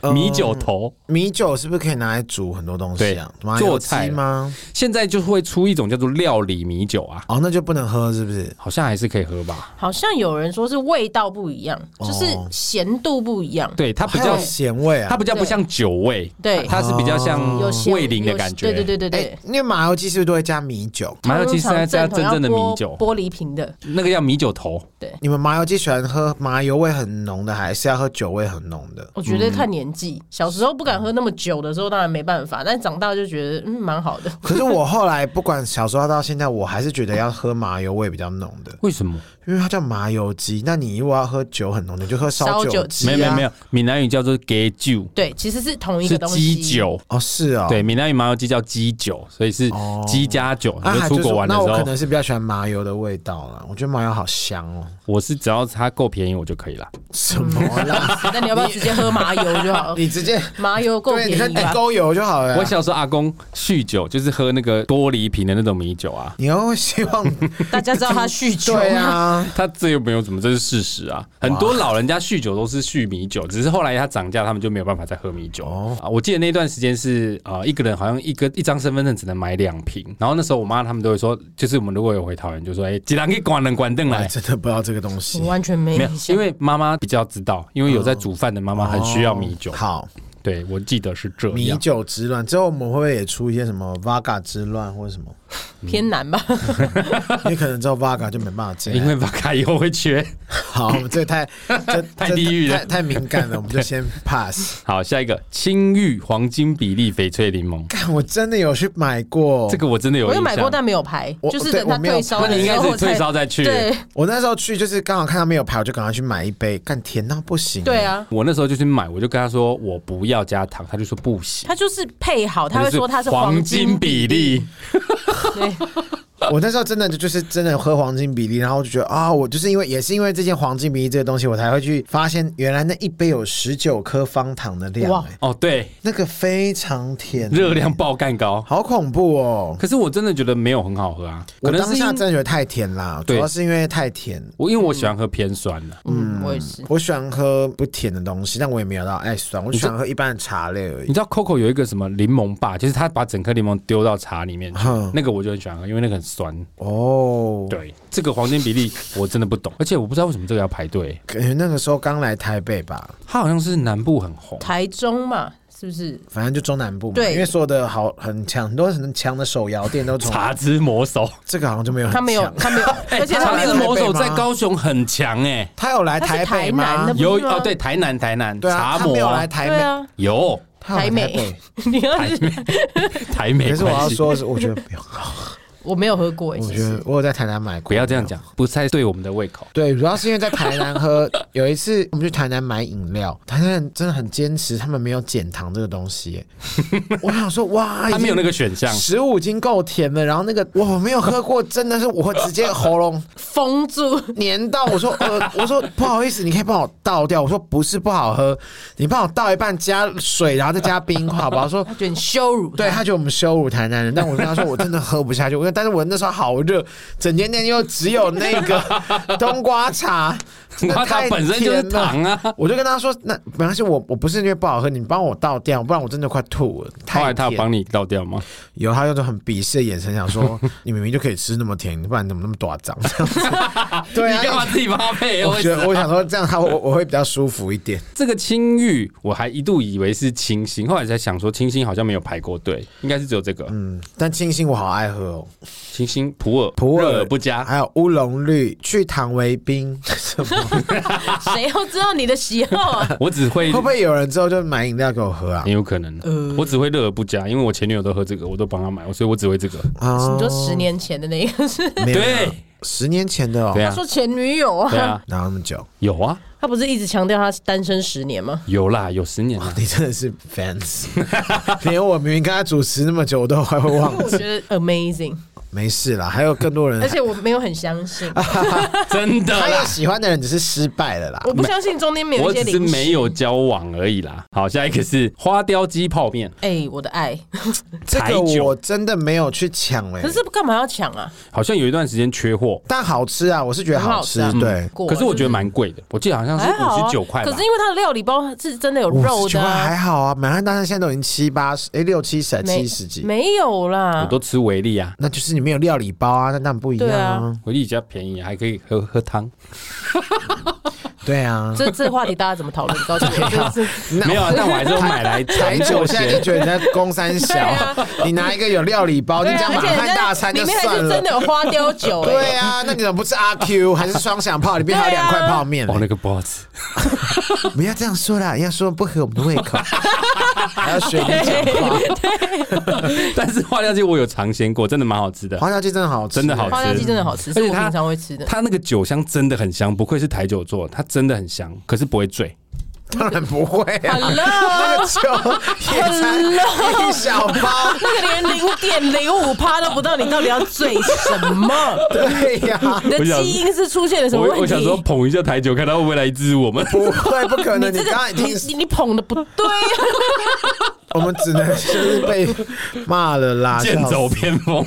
A: 呃
C: 米酒头。
A: 米酒是不是可以拿来煮很多东西啊？
C: 对
A: 麻
C: 做
A: 油鸡
C: 菜
A: 吗？
C: 现在就会出一种叫做料理米酒啊，
A: 哦，那就不能喝是不是？
C: 好像还是可以喝吧？
B: 好像有人说是味道不一样，就是咸度不一样，
C: 对，它比
A: 还有
C: 较
A: 咸味
C: 它
A: 啊。
C: 比较不像酒味，
B: 对
C: 它它是比较像
B: 有咸
C: 嗯味淋的
B: 有
C: 感觉。
B: 对对对对
A: 哎
B: 对，。
A: 因为麻油鸡是不是都会加米酒？
C: 麻油鸡是在加真正的米酒，
B: 玻璃瓶的，
C: 那个叫米酒头。
A: 你们麻油鸡喜欢喝麻油味很浓的，还是要喝酒味很浓
C: *laughs*
A: 的？
B: 我觉得看年纪。小时候不敢喝那么久的时候，当然没办法，但长大就觉得嗯蛮好的。
A: 可是我后来不管小时候到现在，我还是觉得要喝麻油味比较浓的，
C: 为什么？
A: 因为它叫麻油鸡。那你如果要喝酒很浓的，你就喝烧
B: 烧酒
A: 鸡、啊。
C: 没有没有没有，闽南语叫做给酒，
B: 对，其实是同一
C: 是
B: 个东西。
C: 鸡，酒。
A: 哦，是哦，
C: 对，。闽南语麻油鸡叫鸡酒，所以是
A: 哦
C: 鸡加酒。
A: 啊，
C: 你就
A: 还就
C: 出
A: 是
C: 国玩的
A: 那
C: 时
A: 我可
C: 候，
A: 能是比较喜欢麻油的味道啦，我觉得麻油好香哦。
C: 我是只要它够便宜我就可以了。
A: 什么啦？
B: 那你要不要直接喝麻油就好？
A: 嗯 *laughs* 你直接
B: 麻油够
A: 对，
B: 便
A: 你看
B: 宜吧？
A: 勾油就好了啊。
C: 我小时候阿公酗酒，就是喝那个玻璃瓶的那种米酒啊，
A: 你又会希 *laughs* 望
B: 大家知道他酗酒
A: 对
B: 吗？
A: 啊，
C: 他这又没有怎么，这是事实啊。很多老人家酗酒都是酗米酒，只是后来他涨价，他们就没有办法再喝米酒。
A: 哦
C: 啊，我记得那段时间是啊、呃一个人好像一个一张身份证只能买两瓶。然后那时候我妈他们都会说，就是我们如果有回桃园，就说哎，几两给管人管凳
A: 我还
C: 来。
A: 真的不知道这个东西
B: 我。完全没
C: 没有
B: 印，象
C: 因。为妈妈比较知道，因因为有在煮饭的妈妈很需要米酒。
A: 好，
C: 对，我记得是这样。
A: 米酒之乱之后，我们会不会也出一些什么 Vaga 之乱或者 *laughs* 什么？
B: 偏难吧？
A: 你可能之后 Vaga 就没办法进来，
C: 因为巴卡以后会缺。
A: *laughs* 好，我们这 *laughs* 太这
C: 太地狱了
A: 太太敏感了，我们就 *laughs* 先 pass。
C: 好，下一个青玉黄金比例翡翠柠檬，
A: 看，我真的有去买过
C: 这，个我真的有
B: 哦我
C: 印
B: 有
C: 象。
B: 买过，但没有排，
A: 我
B: 就是
A: 对
B: 等它
A: 我没有
B: 退烧
A: 排
C: 那
B: 的
C: 你应
B: 时
C: 该
B: 候
C: 是退
B: 才
C: 烧再去。
B: 对
A: 我那时候去就是刚好看他没有排，我就赶快去买一杯，干甜到不行。
B: *laughs* 对，啊，
C: 我那时候就去买，我就跟他说我不要加糖，他就说不行。
B: 它就是配好，他会说它是
C: 黄
B: 金
C: 金比例，
A: *laughs*
B: 对，
C: *laughs*
A: 我那时候真的就就是真的喝黄金比例，然后我就觉得啊、我就是因为也是因为这件黄金比例这个东西，我才会去发现原来那一杯有十九颗方糖的量、
B: 哇
A: 欸
C: 哦，对，
A: 那个非常甜，
C: 热量爆干高。
A: 好恐怖哦！
C: 可是我真的觉得没有很好喝啊，可
A: 我
C: 能
A: 当
C: 是因
A: 下真的觉得太甜啦，主
C: 对
A: 要是因为太甜。
C: 我因为我喜欢喝偏酸的、
B: 嗯，我也是。
A: 我喜欢喝不甜的东西，但我也没有到爱酸，我喜欢喝一般的茶类而已
C: 你。知道 Coco 有一个什么柠檬霸，就是他把整颗柠檬丢到茶里
A: *laughs*
C: 面去
A: 哼，
C: 那个我就很喜欢喝，因为那个很酸。
A: 哦，，
C: 对，这个黄金比例 *laughs* 我真的不懂，而且我不知道为什么这个要排队，
A: 感觉那个时候刚来台北吧，
C: 它好像是南部很红。
B: 台中嘛，是不是？
A: 反正就中南部嘛，
B: 对
A: 因为所有的好很强，很多很强的手摇店都从
C: 茶之魔手，
A: 这个好像就没有很
B: 他没有
A: 强，
B: 他
C: *laughs*
B: 没有，而且他
C: 茶
B: 没
C: 之
A: 它。
B: 有
C: 哎魔手
A: 台北
C: 在
A: 吗
C: 高雄很强哎、
A: 他有来台北
B: 他是台南
A: 吗
B: 的？
C: *laughs* 有
B: 不是吗
C: 哦，对，台南台南
A: 对啊，
C: 茶
A: 他没有
C: 魔
A: 来台
B: 对
A: 北，
B: 啊，
A: *laughs*
C: 有
A: 他有来台
B: 美，你要是
C: 台美
A: 可是
C: 关系，
A: 我要说的是，我觉得 *laughs* 不要，
B: 我没有喝过哎，
A: 我
B: 其
A: 觉
B: 实
A: 得我有在台南买过，
C: 不要这样讲，不太对我们的胃口。
A: *laughs* 对，主要是因为在台南喝，有一次我们去台南买饮料，台南人真的很坚持，他们没有减糖这个东西
C: *laughs*
A: 耶。我想说，哇，
C: 他没有那个选
A: *laughs*
C: 项，
A: 十五已经够甜了，然后那个我没有喝过，真的是我会直接喉咙 *laughs*
B: 封住。
A: 黏到。我说，呃，我说不好意思，你可以帮我倒掉。我说不是不好喝，你帮我倒一半加水，然后再加冰块，好不好？说
B: 他觉得你羞辱他，
C: *laughs*
A: 对啊他觉得我们羞辱台南人，但我跟他说我真的喝不下去，我但是我那时候好热，整间店又只有那
C: *laughs*
A: 个冬瓜茶，真的
C: 它
A: 太
C: 它本身就是
A: 甜了
C: 糖啊。
A: 我就跟他说，那本来是我我不是因为不好喝，你帮我倒掉，不然我真的快吐了。
C: 后
A: *laughs* 太
C: 来他有
A: 甜，
C: 帮你倒掉吗？
A: 有他用着很鄙视的眼神想说， *laughs* 你明明就可以吃那么甜，不然怎么那么短
C: *laughs*
A: 脏这样子？对
C: 你干嘛
A: 啊。
C: 自己发配？
A: 我
C: 我
A: 觉得我想说这样他我我会比较舒服一点，
C: 这个青玉，我还一度以为是清新，后来才想说清新好像没有排过队，应该是只有这个
A: 嗯，但清新我好爱喝哦，
C: 清新普洱
A: 普洱
C: 热不加。
A: *laughs* 还有乌龙绿、去糖为冰什么，
B: 谁要知道你的喜好
A: *laughs*
B: 啊？
C: 我只会
A: 会不会有人之后就买饮料给我喝啊
C: 很？有可能，我只会热而不加，因为我前女友都喝这个，我都帮她买，所以我只会这个。
A: 啊
B: 你说十年前的那个 *laughs* 是？
A: 没有
C: 对
A: 十年前的哦
C: 对，
B: 他
C: 啊，
B: 说前女友啊，
A: *laughs*
C: 对啊，
A: 哪有那么久？
C: 有啊，
B: 他不是一直强调他单身十年吗？
C: 有啦，有十年了。
A: 你真的是 fans，连我明明跟他主持那么久，我都还会忘
B: 我
A: 记。
B: 觉得
A: *laughs*
B: amazing，
A: 没事啦，还有更多人
B: 而，且我没有很相信，
C: *laughs*
A: 啊
C: 真的
A: 还有
C: 啦，
A: 喜欢的人只是失败了啦。
B: 我不相信中间没有
C: 我
B: 一些
C: 只是
B: 零食
C: 没。有交往而已啦。好，下一个是花雕鸡泡面，
B: 哎，我的爱，
A: *laughs* 这
C: 台
A: 个
C: 酒
A: 我真的没有去抢哎
B: 可，是干嘛要抢啊？
C: 好像有一段时间缺货，
A: 但好吃啊，我是觉得好吃
B: 很
C: 嗯
B: 好。吃啊
A: 对，
B: 过
C: 可是我觉得蛮贵的，我记得好像是
A: 哎
B: 还好
C: 五
B: 啊
C: 十九块吧
B: 可是。因为它的料理包是真的有
A: 五
B: 肉
A: 十九
B: 的
A: 块还
B: 啊，
A: 好啊，满汉大餐现在都已经七八十，哎，六七十还
B: 没
A: 七十几，
B: 没有
C: 我
B: 啦。
C: 都吃维力啊，
A: 那就是你没有料理包啊，那当然不一样啊。
C: 维力比较便宜，还可以喝喝汤。
A: 对啊，
B: 这这话题大家怎么讨论？你
A: *laughs*
B: 告诉我， *laughs* 这是
C: 没有啊，但我还是有买来
A: 台
C: 尝
A: 酒
C: 酒
A: 现在就
C: 先。
A: 觉得你在攻三小，你拿一个有料理哦包，你
B: 啊对啊
A: 讲
B: 而
A: 满
B: 且人
A: 汉
B: 家
A: 大餐就
B: 里面还
A: 算
B: 是
A: 了
B: 真的。有花雕酒，哎
A: 对啊，那你怎么不吃阿 Q 还是双响炮？里面还有两
B: 啊
A: 块泡面
C: 哦，那个不
B: *laughs*
C: 好吃，
A: 不要这样说啦，要说不合我们的胃
C: *laughs*
A: 口，还要学
B: 哎
A: *laughs* 你讲话。
C: 但是花雕鸡我有尝鲜过，真的蛮好吃的。
A: 黄小鸡真的好吃，
C: 真的好吃
B: 花雕鸡真的好吃，是
C: 而且
B: 我
C: 它
B: 平常会吃的。
C: 它那个酒香真的很香，不愧是台酒做，它真的很香，可是不会醉。
A: 当然不会啊。
B: *laughs*
A: 那
B: Hello，
A: 个酒也才一小包，
B: 那个连零点零五趴都不到，你到底要醉
A: *laughs*
B: 什么？
A: 对呀、
B: 你的
C: 我想
B: 基因是出现了什么
C: 我
B: 问
C: 我
B: 题？
C: 想说
A: *laughs*
C: 捧一下台酒，看它会不会来支持我们。
A: 不会，不可能。
B: 你
A: 你
B: 这
A: 刚刚
B: 个
A: 已
B: 你
A: 经，
B: 你你捧的不对啊！
A: 我们只能就是被骂了啦。
C: 剑
A: 笑
C: 走
A: 死
C: 偏锋。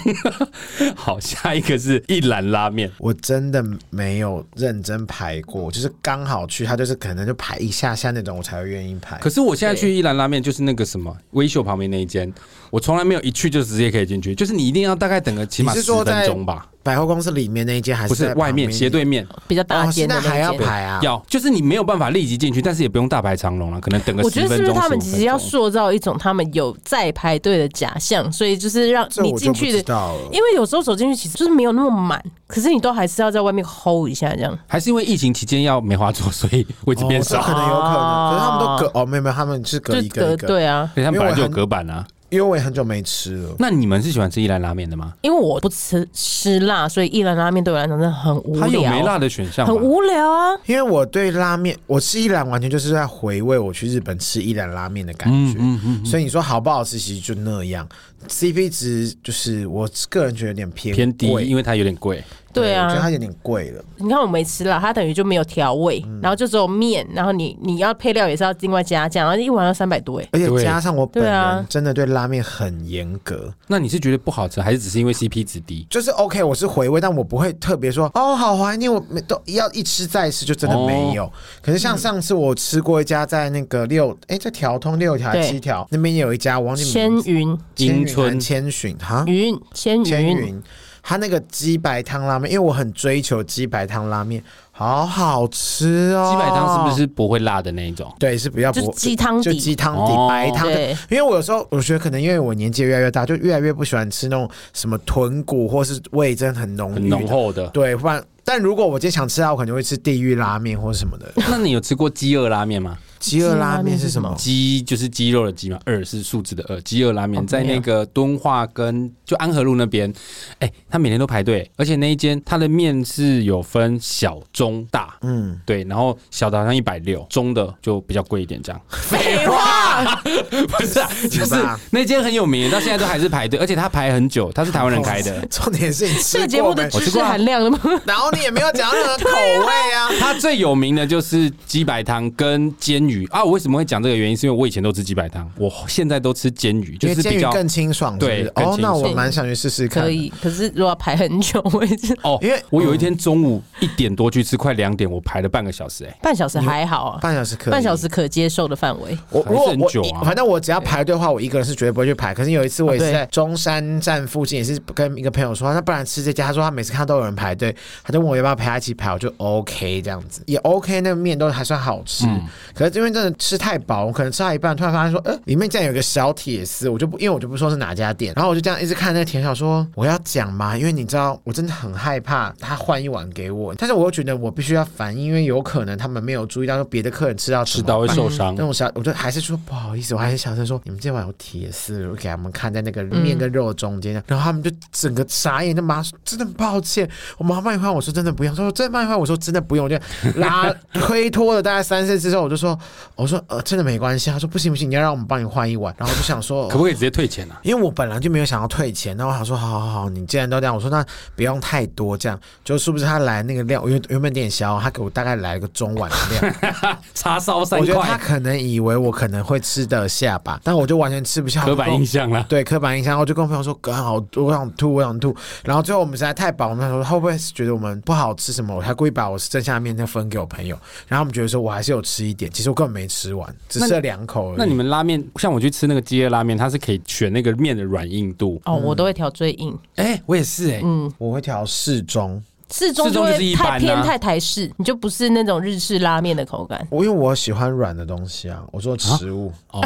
C: 好，下一个是一兰拉面，
A: 我真的没有认真排
C: 嗯
A: 过，就是刚好去，他就是可能就排一下下那种，我才会愿意排
C: 可。是我现在去一兰拉面就是那个什么微秀旁边那一间，我从来没有一去就直接可以进去，就是你一定要大概等个起码
A: 你是
C: 十
A: 说在
C: 分钟吧。
A: 百货公司里面那一间还
C: 不
A: 是
C: 是
A: 在
C: 外面
A: 旁边
C: 斜对面
B: 比较大
A: 哦，
B: 间
A: 现
B: 的
A: 在
B: 那
A: 还要
B: 一间。
A: 排啊？
C: 要，就是你没有办法立即进去，但是也不用大排长龙了，可能等个
B: 我觉
C: 十
B: 得是
C: 分
B: 不
C: 钟。
B: 是他们
C: 15
B: 其实要
C: 分钟
B: 塑造一种他们有在排队的假象，所以就是让
A: 这
B: 你
A: 我就
B: 进
A: 不
B: 去
A: 知
B: 的，
A: 道了。
B: 因为有时候走进去其实就是没有那么满，可是你都还是要在外面 hold 一下这样。
C: 还是因为疫情期间要梅花座，所以位置变
A: 哦
C: 少。
A: 这可能有可能，
B: 哦
A: 可是他们都隔哦，没有没有，他们是隔
B: 就
A: 一个一个，
B: 对啊，
C: 所以他们本来就
A: 因为我
C: 有
A: 很
C: 隔板啊。
A: 因为我也很久没吃了，
C: 那你们是喜欢吃一兰拉面的吗？
B: 因为我不吃吃辣，所以一兰拉面对我来讲真的很无
C: 它有没
B: 聊，
C: 辣的选项吗
B: 很？无聊啊。
A: 因为我对拉面，我吃一兰完全就是在回味我去日本吃一兰拉面的感
C: 嗯
A: 觉，所以你说好不好吃，其实就那样，CP 值就是我个人觉得有点偏
C: 偏低，
A: 贵
C: 因为它有点贵。
B: 对啊
A: 我觉得它有点贵了。
B: 你看我没吃辣，它等于就没有调味，然后就只有面，然后你你要配料也是要另外加酱，然后一碗要三百多哎。
A: 而且
C: 对
A: 加上我本
B: 对啊
A: 人真的对拉面很严格，
C: 那你是觉得不好吃，还是只是因为 CP 值低？
A: 就是 OK，我是回味，但我不会特别说哦，好怀念，我每都要一吃再吃，就真的没有。
C: 哦
A: 可是像上次我吃过一家在那个六，哎、在条通六条还
B: 对
A: 七条那边有一家，我忘记
B: 千
A: 名字，
B: 云
A: 千
C: 迎
A: 云还
C: 春
A: 是千寻哈，
B: 云千
A: 千
B: 云，
A: 云，他那个鸡白汤拉面，因为我很追求鸡白汤拉面，好好吃哦。
C: 鸡白汤是不？是不会辣的那一种？
A: 对，是比较
B: 就是
A: 不
B: 鸡汤
A: 就
B: 底
A: 鸡汤底、
C: 哦
A: 白汤的
B: 对。
A: 因为我有时候我觉得可能因为我年纪越来越大，就越来越不喜欢吃那种什么豚骨或是味真的很浓
C: 很
A: 郁
C: 浓
A: 的。
C: 厚的。
A: 嗯对，不然但如果我今天想吃它，我可能会吃地狱拉面或什么的。
C: 那你有吃过鸡二拉面吗？
A: 鸡
B: 二
A: 二
B: 拉
A: 拉
B: 面
A: 面
B: 是
A: 是
B: 什
A: 什
B: 么
A: 么？
C: 鸡就是鸡肉的鸡嘛，二是数字的二，鸡二拉面
B: 哦
C: 在那个敦化跟就安和路那边，哎、他每天都排队，而且那一间它的面是有分小、中、大，
A: 嗯，
C: 对，然后小的好像一百六，中的就比较贵一点，这样。
B: 废话，
C: 不是、啊， *laughs* 就是
A: 是吧。
C: 那间很有名，到现在都还是排队，而且它排很久，它是台湾人开的
A: *laughs* 重点是你吃
B: 这个节
A: 过
B: 目的
A: 没
B: 知
C: 我吃
B: 识
C: 过啊
B: 含量了吗？
A: 然后你也没有讲任何口味啊。
C: 它最有名的就是鸡白汤跟煎鱼啊！我为什么会讲这个原因？是因为我以前都吃鸡白汤，我现在都吃煎鱼，
A: 因
C: *laughs* 就
A: 为
C: 是
A: 煎
C: 比
A: 鱼
C: 较
A: 更清爽，是不是
C: 对更
A: 哦，那
C: 清
A: 我
C: 爽
A: 蛮想去试试看。
B: 可，以，可是如果要排很久，我
A: *laughs*
B: 也是
C: 哦。
A: 因为
C: 我有一天中午一点多去吃，快两点，我排了半个小时、哎，
B: 半小时还好啊，
A: 半小时可以，
B: 半小时可接受的范围。
A: 我
C: 还
A: 如
C: 是
A: 果
C: 很
A: 我
C: 久
A: 一
C: 啊
A: 反正我只要排队的话，我一个人是绝对不会去排。可是有一次我也
B: 啊
A: 是
B: 对
A: 在中山站附近，也是跟一个朋友说，那不然吃这家。他说他每次看到都有人排队，他就问我要不要陪他一起排，我就 OK 这样子，也 OK。那个面都还算好吃，
C: 嗯
A: 可是因为真的吃太饱，我可能吃到一半，突然发现说，呃，里面竟然有个小铁丝，我就不因为我就不说是哪家店，然后我就这样一直看那个甜小说，我要讲吗？因为你知道我真的很害怕他换一碗给我，但是我又觉得我必须要反应，因为有可能他们没有注意到说别的客人吃到
C: 吃
A: 吃
C: 到会受伤
A: 那。种小，我就还是说不好意思，我还是小声说，你们今晚有铁丝，我给他们看在那个面跟肉中间，然后他们就整个傻眼，他妈说真的很抱歉，我妈慢一会儿，我说真的不用，他说真的慢一会儿，我说真的不用，我就拉推脱了大概三次之后，我就说我说呃真的没关系，他说不行不行，你要让我们帮你换一碗，然后我就想说
C: 可。不可以直接退钱啊？
A: 因为我本来就没有想要退钱，那我想说，好好好，你既然都这样，我说那不用太多，这样就是不是他来那个量，我原原本点小，他给我大概来了个中碗的量，
C: 叉烧三
A: 我觉得他
C: 块，
A: 可能以为我可能会吃得下吧，但我就完全吃不下。
C: *laughs* 刻板印
A: 象。
C: 象啊啦。
A: *laughs* 对刻板印象，然后我就跟我朋友说，刚好我想吐，我想吐。然后最后我们实在太饱，我们想说会不会是觉得我们不好吃什么？我还故意把我剩下的面再分给我朋友，然后我们觉得说我还是有吃一点，其实我根本没吃完，只吃了两口而已。
C: 那你们拉面，像我去吃那个鸡叶拉面，它是可以选那个面的软硬度。
A: 嗯
B: 哦，我都会调最硬，
C: 哎、我也是哎、
B: 嗯，
A: 我会调适中，
B: 适中
C: 适
B: 就
C: 中就是
B: 会
C: 一般
B: 太
C: 啊
B: 偏太台式，你就不是那种日式拉面的口感。
A: 我因为我喜欢软的东西啊，我说食物，
C: 哦，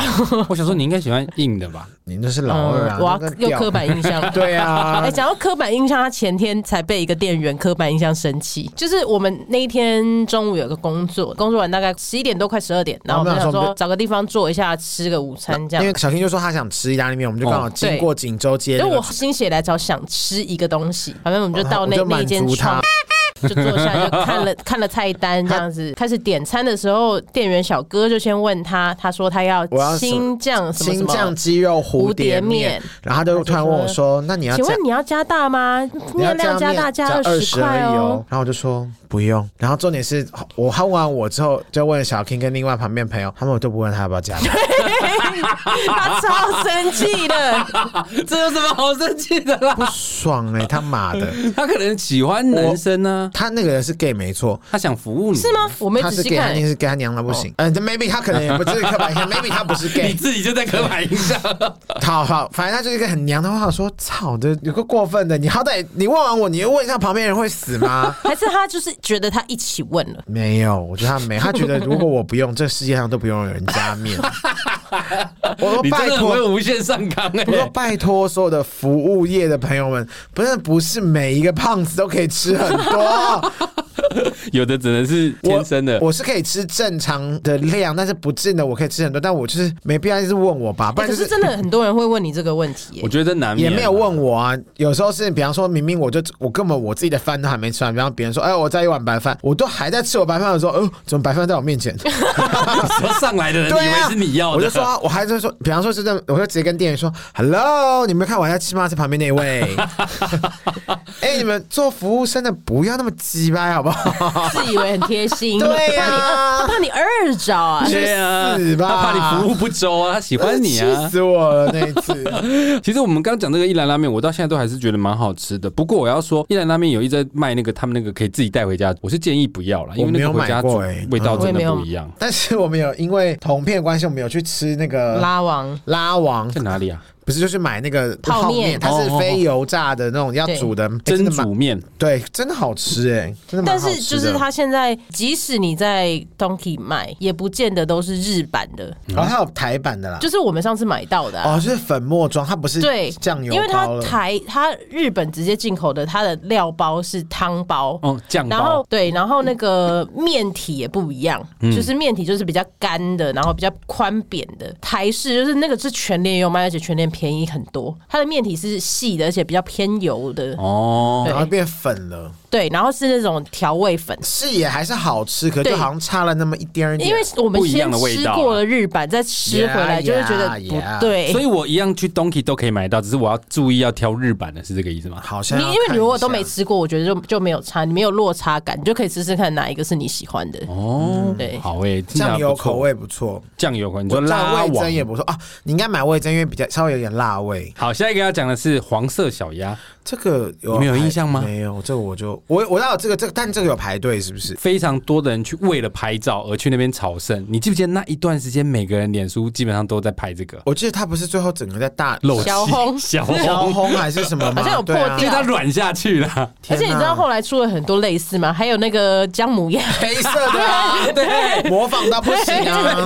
C: 我想说你应该喜欢硬的吧？
A: 你那是老二啊，
B: 嗯我要
A: 那个
B: 又
A: 调。
B: 刻板印
A: *laughs*
B: 象
A: 对啊
B: 哎，，讲到刻板印象，他前天才被一个店员刻板印象生气。就是我们那一天中午有个工作，工作完大概十一点多，快十二点，然后我们
A: 然后我
B: 想
A: 们想说
B: 说找个地方坐一下，吃个午餐这
A: 因
B: 样
A: 为。小新就说他想吃意大利面，我们就刚好
C: 哦
A: 经
B: 对
A: 过锦州街
B: 因
A: 那个，哦
B: 为我心血来潮想吃一个东西，反正我们就到
A: 我
B: 那
A: 就
B: 那
A: 满
B: 间
A: 足
B: 窗
A: 他。
B: 就坐下来就看了 *laughs* 看了菜单这样子，开始点餐的时候，店员小哥就先问他，他说他要
A: 我要什么
B: 青酱什么什
A: 青酱
B: 么。
A: 鸡肉蝴蝶
B: 蝴蝶面
A: 面，然后他就突然问我说：“那你要
B: 请
A: 加
B: 问你要加大吗？面量
A: 加
B: 大
A: 面
B: 加二
A: 二十
B: 十块
A: 而已
B: 哦
A: 哦。”然后我就说：“不用。然后重点是我他问完我之后，就问小 King 跟另外旁边朋友，他们都不问他要不要加入。
B: *laughs* 他超生
A: *laughs*
B: 气的，
C: *laughs* 这有什么好生气的啦？
A: 不爽哎、他妈的！
C: 他可能喜欢男生呢、
A: 他那个人是 gay 没错，
C: 他想服务你
B: 是？吗？我没
A: 他
B: 仔
A: 是
B: 细
A: gay，他
B: 看
A: 一，定是 gay，他娘的不行。嗯、这 m a y b e 他可能也不是刻板印象，maybe 他不是
C: *laughs* 你
A: gay。
C: 自己就在刻板
A: *laughs*
C: 印象。
A: 好好，反正他就是一个很娘的话，我说操的，有个过分的，你好歹你问完我，你又问一下旁边人会死吗？
B: 还是他就是觉得他一起问了。
A: 没有，我觉得他
C: *laughs*
A: 没，他觉得如果我不用，这世界上都不用有人加面。我说
C: 你真
A: 拜
C: 的很
A: 托
C: 会，无限上纲哎、
A: 我说拜托所有的服务业的朋友们，不是不是每一个胖子都可以吃很
C: *laughs*
A: 多，
C: 有的只能是天生的。
A: 我是可以吃正常的量，但是不正的我可以吃很多，但我就是没必要一直问我 *laughs*
C: 哎
A: 吧，不
B: 欸
A: 然就
B: 可
A: 是
B: 是。真
A: *laughs*
B: 的很多人会问你这个问题、
C: 我
B: 欸，
C: 觉得难
A: 也
C: 免
A: 没有
C: *laughs*
A: 问我啊，有时候是比方说明明我就我根本我自己的饭都还没吃完，比方别人说哎我再一碗白饭，我都还在吃我白饭的时候，哦、怎么白饭在我面前？ *laughs*
C: 说上来的人以
A: 对啊
C: 为是你要的，
A: 我就
C: *laughs*
A: 说啊，我还在说，比方说是这，我就直接跟店员说，Hello，你们看我还在吃吗？是旁边那位。 *laughs*
C: *laughs*
A: 哎、你们做服务生的不要那么鸡掰，好不
C: *laughs*
A: 好？
B: 自以为很贴
A: *laughs*
B: 心，
A: 对呀、
B: 他怕你二招啊。
A: *laughs*
C: 对啊，
A: 去死吧
C: 他怕你服务不周啊，他喜欢你
A: *laughs* 气
C: 啊。
A: 死我了那一次。 *laughs*
C: 其实我们刚讲这个一兰拉面，我到现在都还是觉得蛮好吃的。不过我要说，一兰拉面有一直在卖那个他们那个可以自己带回家，我是建议不要了，因为那个回
A: 我
C: 家煮
A: 没有买过欸
C: 味道真
B: 我也没
C: 的
B: 有
C: 不一样。
A: 但是我们有因为同片的关系，我们有去吃那个
B: 拉王
A: 拉王，
C: 在哪里啊？
A: 不是就是买那个
B: 泡
A: 泡面，
B: 面
A: 它是
C: 哦哦哦
A: 非油炸的那种要
B: 对
A: 煮的，哎真
C: 蒸
A: 的蛮
C: 煮面，
A: 对，真的好吃哎、真的蛮
B: 但
A: 好吃的。
B: 是就是他现在，即使你在 Donkey 卖，也不见得都是日版的，
A: 然哦后它有台版的啦，
B: 就是我们上次买到的、啊。
A: 啊哦，就是粉末装，它不是
B: 对，
A: 酱油
B: 因为
A: 包
B: 它
A: 了
B: 台它日本直接进口的，它的料包是汤包，
C: 哦，酱
B: 然
C: 包
B: 后，对，然后那个面体也不一样，
A: 嗯
B: 就是面体就是比较干的，然后比较宽扁的。台式就是那个是全联也有卖，而且全联便宜很多。它的面体是细的，而且比较偏油的，
C: 哦，
B: 对
A: 然后变粉了，
B: 对，然后是那种调味粉。
A: 是也还是好吃，可就
B: 对
A: 好像差了那么一点儿点。
B: 因为我们
C: 不一样
B: 先
C: 的味
B: 吃
C: 道啊
B: 过了日版，再吃回来
A: Yeah,
B: 就会觉得
A: yeah,
B: 不
A: yeah.
B: 对。
C: 所以我一样去 Donkey 都可以买到，只是我要注意要挑日版的，是这个意思吗？
A: 好像
B: 你
A: 要
B: 因为你如果都
A: 看
B: 没
A: 一下
B: 吃过，我觉得就就没有差，你没有落差感，你就可以试试看哪一个是你喜欢的。
C: 哦，
B: 对
C: 好诶，听起来
A: 酱油
C: 不错
A: 口，味不错，
C: 酱油口味，你
A: 我
C: 说拉
A: 蘸味
C: 网
A: 增。也不错啊。你应该买味增，因为比较稍微有点辣味。
C: 好，下一个要讲的是黄色小鸭，
A: 这个有
C: 你们有印象吗
A: 排没有，这个我就我我知道这个这个，但这个有排队是不是？
C: 非常多的人去为了拍照而去那边朝圣。你记不记得那一段时间，每个人脸书基本上都在拍这个
A: 我记得它不是最后整个在大
C: 漏气
B: 小红
C: 小
A: 小
C: *laughs* 红，
A: 红还是什么吗？
B: 好像有
A: 对
B: 破
A: 啊
C: 因
B: 掉
C: 为它软下去了。
B: 而且你知道后来出了很多类似吗？还有那个姜母
C: *laughs*
B: 鸭，
A: 黑色的啊，
B: *laughs*
A: 对，模仿到不行啊！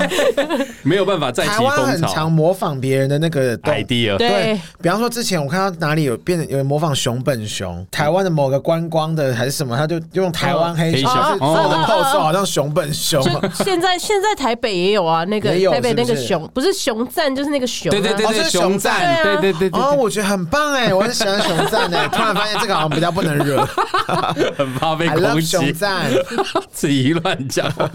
C: 没有办法再起
A: 台湾
C: 风
A: 很
C: 潮
A: 常。模仿别人的那个动
C: idea，
B: 对
A: 对，比方说之前我看到哪里有变有人模仿熊本熊，台湾的某个观光的还是什么，他就用台湾黑熊，
C: 哦
A: 就是
C: 黑熊
A: 做的
B: 哦
A: pose 好像熊本熊。
B: 就现在现在台北也有啊，那个
A: 也有
B: 台北那
A: 是
B: 个
A: 不是
B: 熊不是熊赞就是那个熊啊，
C: 对对对
A: 哦这
C: 对，
A: 是熊
C: 赞，
B: 赞对
C: 对
B: 啊
C: 对对
A: 哦，
C: 对，
A: 我觉得很棒哎，我很喜欢熊赞哎，突然发现这个好像比较不能惹。
C: 很怕 *laughs* 被
A: I
C: 攻
A: love
C: 击，
A: 熊赞，
C: 自己乱讲话。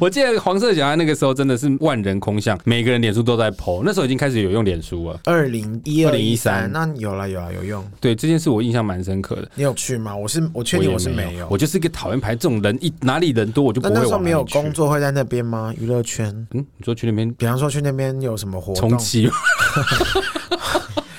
C: 我记得黄色小鸭那个时候真的是万人空巷，每个人脸书都在 PO，那时候已经开始有用脸书了。
A: 二零一二一
C: 2013
A: 三，那有了有了有用，
C: 对这件事我印象蛮深刻的。
A: 你有去吗？我是我确定我是
C: 也
A: 没有
C: 我。就是一个讨厌排这种人，一哪里人多我就不
A: 那那
C: 会
A: 时候
C: 往
A: 没
C: 哪
A: 有
C: 里去
A: 工。作会在那边吗？娱乐圈，
C: 嗯，你说去那边
A: 比方说去那边有什么活
C: 重
A: 动
B: *laughs*
C: 启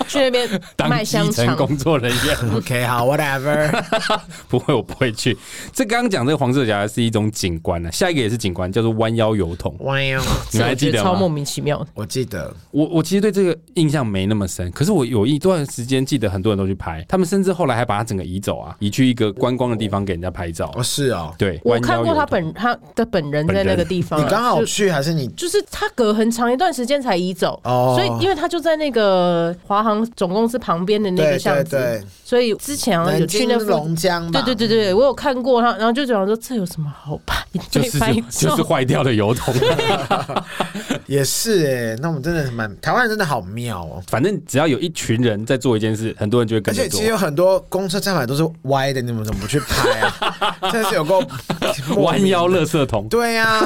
B: 去那边
C: *laughs* 当
B: 卖
C: 基
B: 香
C: 层
B: 肠。
C: 工作人员， *laughs*
A: ？OK，好，whatever。 *laughs*
C: 不会，我不会去。这刚刚讲这个黄色小鸭是一种景观啊，下一个也是景观，叫做弯腰油桶，
A: 哇哟，
B: 这
C: 你们还
B: 我
C: 记
B: 觉
C: 得
B: 得超莫
C: 吗？
B: 名其妙的，
A: 我记得
C: 我我其实对这个印象没那么深，可是我有一段时间记得很多人都去拍，他们甚至后来还把它整个移走啊，移去一个观光的地方给人家拍照。
A: 哦，是哦。
C: 对，
B: 我
C: 弯腰
B: 看过
C: 油
B: 他
C: 桶
B: 本他的本人在那个地方
A: 你
B: 啊，
A: 刚好
B: 就
A: 去还是你
B: 就是他隔很长一段时间才移走，
A: 哦
B: 所以因为他就在那个华航总公司旁边的那
A: 对
B: 个巷
A: 对
B: 子，
A: 对，
B: 所以之前好像有
A: 南
B: 去
A: 京
B: 那附。
A: 龙江吧？
B: 对对对对，我有看过他，然后就想说这有什么好拍？
C: 就是
B: 拍
C: 就
B: 照
C: 是坏掉的油桶，
A: 也是哎、那我们真的蛮台湾人真的好妙哦。
C: 反正只要有一群人在做一件事，很多人就会
A: 而
C: 跟着
A: 且
C: 做
A: 其实。有很多公车站牌都是歪的，你们怎么不
B: *laughs*
A: 去拍啊？真的是有够
C: *laughs*
A: 啊
C: 弯腰。垃圾桶，
A: 对呀、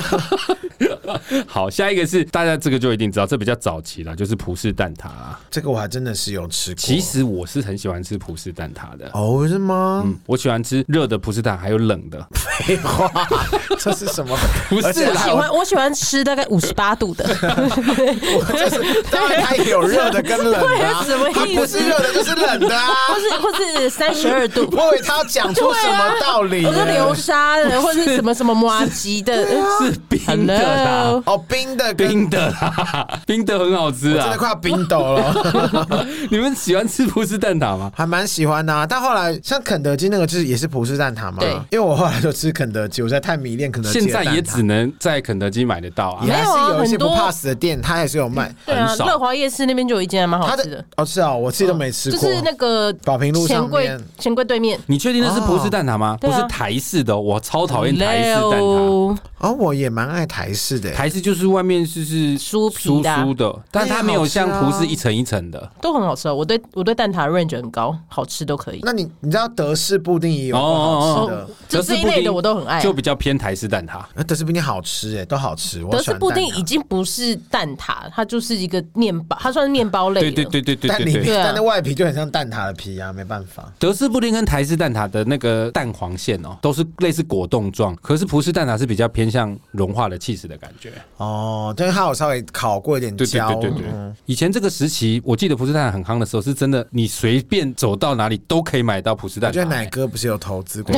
C: 好，下一个是大家这个就一定知道，这比较早期了，就是葡式蛋挞啦。
A: 这个我还真的是有吃过。
C: 其实我是很喜欢吃葡式蛋挞的。
A: 哦，是吗？
C: 嗯，我喜欢吃热的葡式蛋挞，还有冷
A: 啊
C: 的。
A: 废话， *laughs* 这是什么？
C: 不是
A: 而且
B: *laughs* 我
A: 还
B: 喜
A: 有
B: 欢我喜欢吃大概五十
A: *laughs*
B: 八度的，
A: 我就是当然它也有热的跟冷的、啊，
B: *laughs* 对什么意思
A: 它不是热的就是冷的啊！
B: 或是或是三十二度。
A: 我以为他要讲出什么道理、
B: *laughs* 我说流沙的，或是什么什么麻吉的，
C: 是冰的啦
B: Hello
A: 哦，冰的跟
C: 冰的啦， *laughs* 冰的很好吃
A: 我真的
C: 啊！
A: 快要冰斗了，
C: 你们喜欢吃葡式蛋挞吗？
A: 还蛮喜欢的、啊。但后来像肯德基那个，就是也是葡式蛋挞嘛。
B: 对
A: 因为我后来就吃肯德基，我实在太迷恋肯德基
C: *laughs* 现
A: 的
C: 在
A: 蛋挞。
C: 也只能在肯德基买得到啊
A: 也。还是
B: 没有啊
A: 有一些
B: 很
A: 不
B: 多
A: 怕死的店，它也是有卖。
B: 对啊
C: 很，少
B: 乐华夜市那边就有一间还蛮好
A: 它
B: 吃的
A: 的，哦是啊，我自己都没吃
B: 就
A: 过。
B: 是那个
A: 宝平路上
B: 钱柜
A: 面
B: 钱柜对面，
C: 你确定那是葡式蛋挞吗？
B: 对
C: 不
B: 啊
C: 是台式的哦，我超讨厌台式蛋挞。
B: Hello
A: 哦，我也蛮爱台式的。欸
C: 台式就是外面就是
B: 酥皮
C: 酥
B: 的啊
C: 酥的，但它没有像葡式一层一层的。
B: 都很好吃哦。我对我对蛋挞 range 很高，好吃都可以。
A: 那你你知道德式布丁也有
C: 哦哦
A: 好
C: 哦
A: 吃的？
B: 就这一类的我都很爱啊。
C: 就比较偏台式蛋挞。
A: 那德式布丁好吃哎，都好吃。我
B: 德
A: 喜
B: 式
A: 欢
B: 布丁
A: 蛋挞
B: 已经不是蛋挞，它就是一个面包， *laughs* 它算是面包类
C: 对
B: 的。 *laughs*
C: 对对对对
A: 但
C: 对
A: 里
C: 对。
A: 面
B: 对啊
A: 但那外皮就很像蛋挞的皮啊，没办法。
C: 德式布丁跟台式蛋挞的那个蛋黄馅哦，都是类似果冻状，可是葡式蛋挞是比较偏向融化的气势的感觉。
A: 哦，但是它有稍微烤过一点
C: 对对
A: 焦，
C: 对对对
A: 嗯，
C: 以前这个时期，我记得葡式蛋挞很夯的时候，是真的，你随便走到哪里都可以买到葡式
A: 我
C: 蛋
A: 觉得
C: 挞。
A: 奶哥不是有投资
B: *laughs*
A: 过，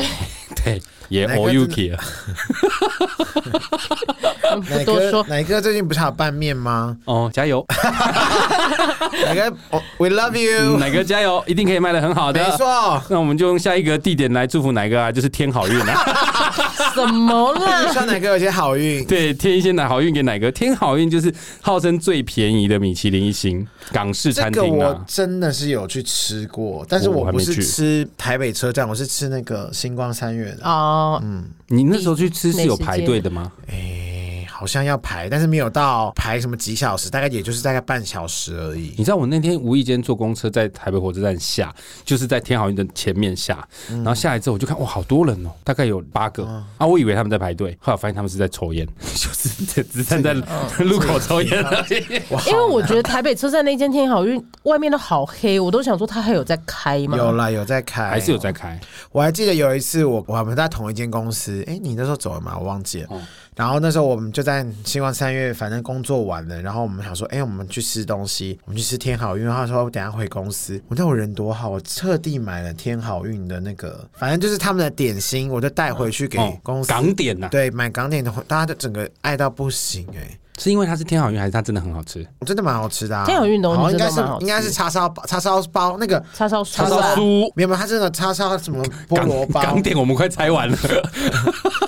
C: 对，也啊
A: 奶哥
C: all you care。
B: 嗯，
A: 奶
B: 不多
A: 哥
B: 说。
A: 奶哥最近不是还有拌面吗？
C: 哦，加
A: *laughs*
C: 油，
A: 奶哥哦，We love
C: 嗯
A: you，
C: 奶哥加油，一定可以卖的很好的。
A: 没错。
C: *laughs* 那我们就用下一个地点来祝福奶哥啊，就是添好运
A: *laughs*
C: 啊，
B: 什么啦？
A: 希望奶哥有些好运。
C: 对，添一些奶好运给奶哥。添好运就是号称最便宜的米其林一星港式
A: 这
C: 餐
A: 个
C: 厅
A: 我
C: 啊。
A: 真的是有去吃过，但是
C: 我
A: 我
C: 还
A: 不
C: 没
A: 是
C: 去
A: 吃台北车站，我是吃那个星光三月的。
B: 哦，
A: 嗯
C: 你那时候去吃是有排队的吗？
A: 哎，好像要排，但是没有到排什么几小时，大概也就是大概半小时而已。
C: 你知道我那天无意间坐公车在台北火车站下，就是在天好运的前面下，
A: 嗯
C: 然后下来之后我就看哇，好多人哦，大概有八个啊，我以为他们在排队，后来发现他们是在抽烟， *laughs* 就是只只站在 *laughs* 路口抽烟而已。
B: 因为我觉得台北车站那间天好运外面都好黑，我都想说它还有在开吗？
A: 有啦，有在开，
C: 还是有在开，
A: 我还记得有一次我，我们在同一间公司，哎、你那时候走了吗？我忘记了。
C: 嗯
A: 然后那时候我们就在希望三月，反正工作完了，然后我们想说，哎、我们去吃东西，我们去吃天好运。他说等一下回公司，我那我人多好，我特地买了天好运的那个，反正就是他们的点心，我就带回去给
C: 哦
A: 公司。
C: 港点呐、
A: 对，买港点的，大家就整个爱到不行哎、诶
C: 是因为它是天好运，还是它真的很好吃？
A: 真的蛮好吃的、啊。
B: 天好运的
A: 好
B: 我
A: 应
B: 觉得
A: 该是
B: 蛮好吃
A: 应该是叉烧包，叉烧包那个
B: 叉烧
C: 叉
B: 酥
C: 烧
B: 啊，
C: 酥。
A: 没有没有，它这个叉烧什么菠
C: 港
A: 萝包，
C: 港点我们快拆完了，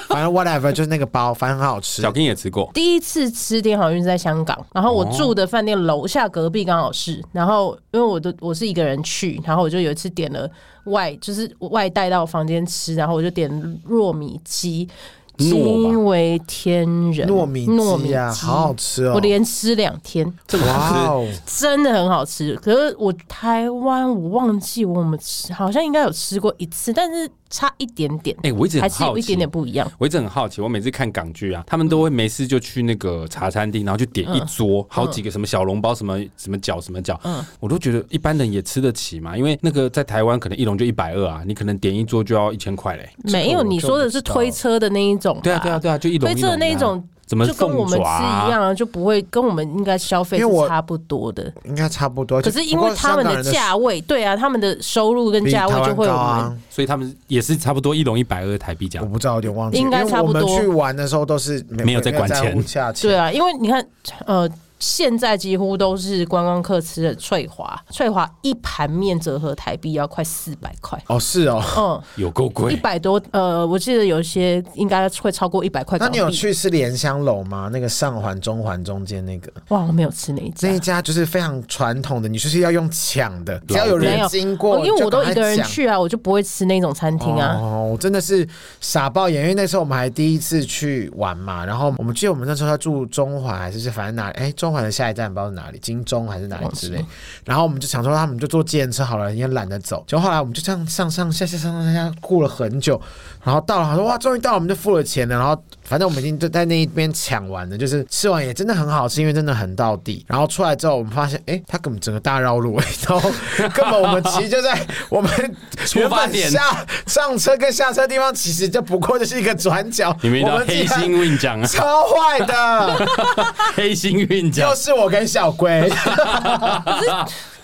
A: 反正 whatever 就是那个包，反正很好吃
C: 小。金也吃过。
B: 第一次吃天好运是在香港，然后我
C: 哦
B: 住的饭店楼下隔壁刚好是，然后因为我都我是一个人去，然后我就有一次点了外，就是外带到房间吃，然后我就点糯米鸡，
C: 糯吧
B: 惊为天人，
A: 糯米
B: 糯米
A: 鸡啊，好好吃哦！
B: 我连吃两天，
C: 这么好吃
A: 哇哦，
B: 真的很好吃。可是我台湾我忘记我们吃，好像应该有吃过一次，但是差一点点，
C: 哎、我一直
B: 还
C: 很
B: 是有
C: 好
B: 一
C: 奇
B: 点，点不一样。
C: 我一直很好奇。我每次看港剧啊，他们都会没事就去那个茶餐厅，然后就点一桌，好几个什么小笼包，什么什么饺，什么饺，
B: 嗯
C: 我都觉得一般人也吃得起嘛。因为那个在台湾可能一笼就一百二啊，你可能点一桌就要一千块嘞。
B: 没有，
A: 我就
B: 你说的是
A: 不知道
B: 推车的那一种吧，
C: 对啊，对啊，对啊，就一笼
B: 推
C: 一
B: 车
C: 笼
B: 的
C: 的
B: 那一
C: 啊
B: 种。
C: 怎么
B: 就跟我
C: 凤
B: 们吃
C: 爪
B: 一
C: 啊？
B: 样啊，就不会跟我们应该消费
A: 因为我
B: 是差不多的。
A: 应该差不多。
B: 可是因为他们的价位，对啊，他们的收入跟
A: 比台
B: 价位就
A: 湾
B: 会
A: 高
B: 有我们
A: 啊，
C: 所以他们也是差不多一笼一百二台币这
A: 我
C: 样。
A: 不知道，有点忘记。
B: 应该差不多
A: 因为我们去玩的时候都是
C: 没有在管钱
A: 没乎价钱。
B: 对啊，因为你看，呃，现在几乎都是观光客吃的翠华，翠华一盘面折合台币要快四百块，
A: 哦，是哦。
B: 嗯，
C: 有够
B: 一
C: 贵，
B: 百多，呃，我记得有一些应该会超过一百块
A: 那
B: 港
A: 你有
B: 币。
A: 去吃莲香楼吗？那个上环、中环中间那个
B: 哇，我没有吃那一家
A: 那一。家就是非常传统的，你就是要用抢的，只要有
B: 没
A: 人
B: 有
A: 经过，
B: 哦因为我都一
A: 就
B: 个人
A: 赶快抢。
B: 去啊，我就不会吃那种餐厅啊。
A: 哦，我真的是傻爆眼，因为那时候我们还第一次去玩嘛，然后我们记得我们那时候要住中环还是是反正哪里，哎，中环的下一站不知道是哪里，金钟还是哪里之类，然后我们就想说他们就坐计程车好了，也懒得走，就后来我们就这样上上下下上上下下过了很久，然后到了，他说哇，终于到了，我们就付了钱了，然后反正我们已经就在那一边抢完了，就是吃完也真的很好吃，因为真的很到地。然后出来之后，我们发现，哎、它根本整个大绕路、欸，然后根本我们其实就在我们
C: 出发点
A: 原本下上车跟下车的地方，其实就不过就是一个转角。
C: 你们遇
A: 我
C: 到
A: 们
C: 黑
A: 竟然
C: 心运奖啊，
A: 超坏的，
C: 黑心运奖
A: 又，是我跟小龟。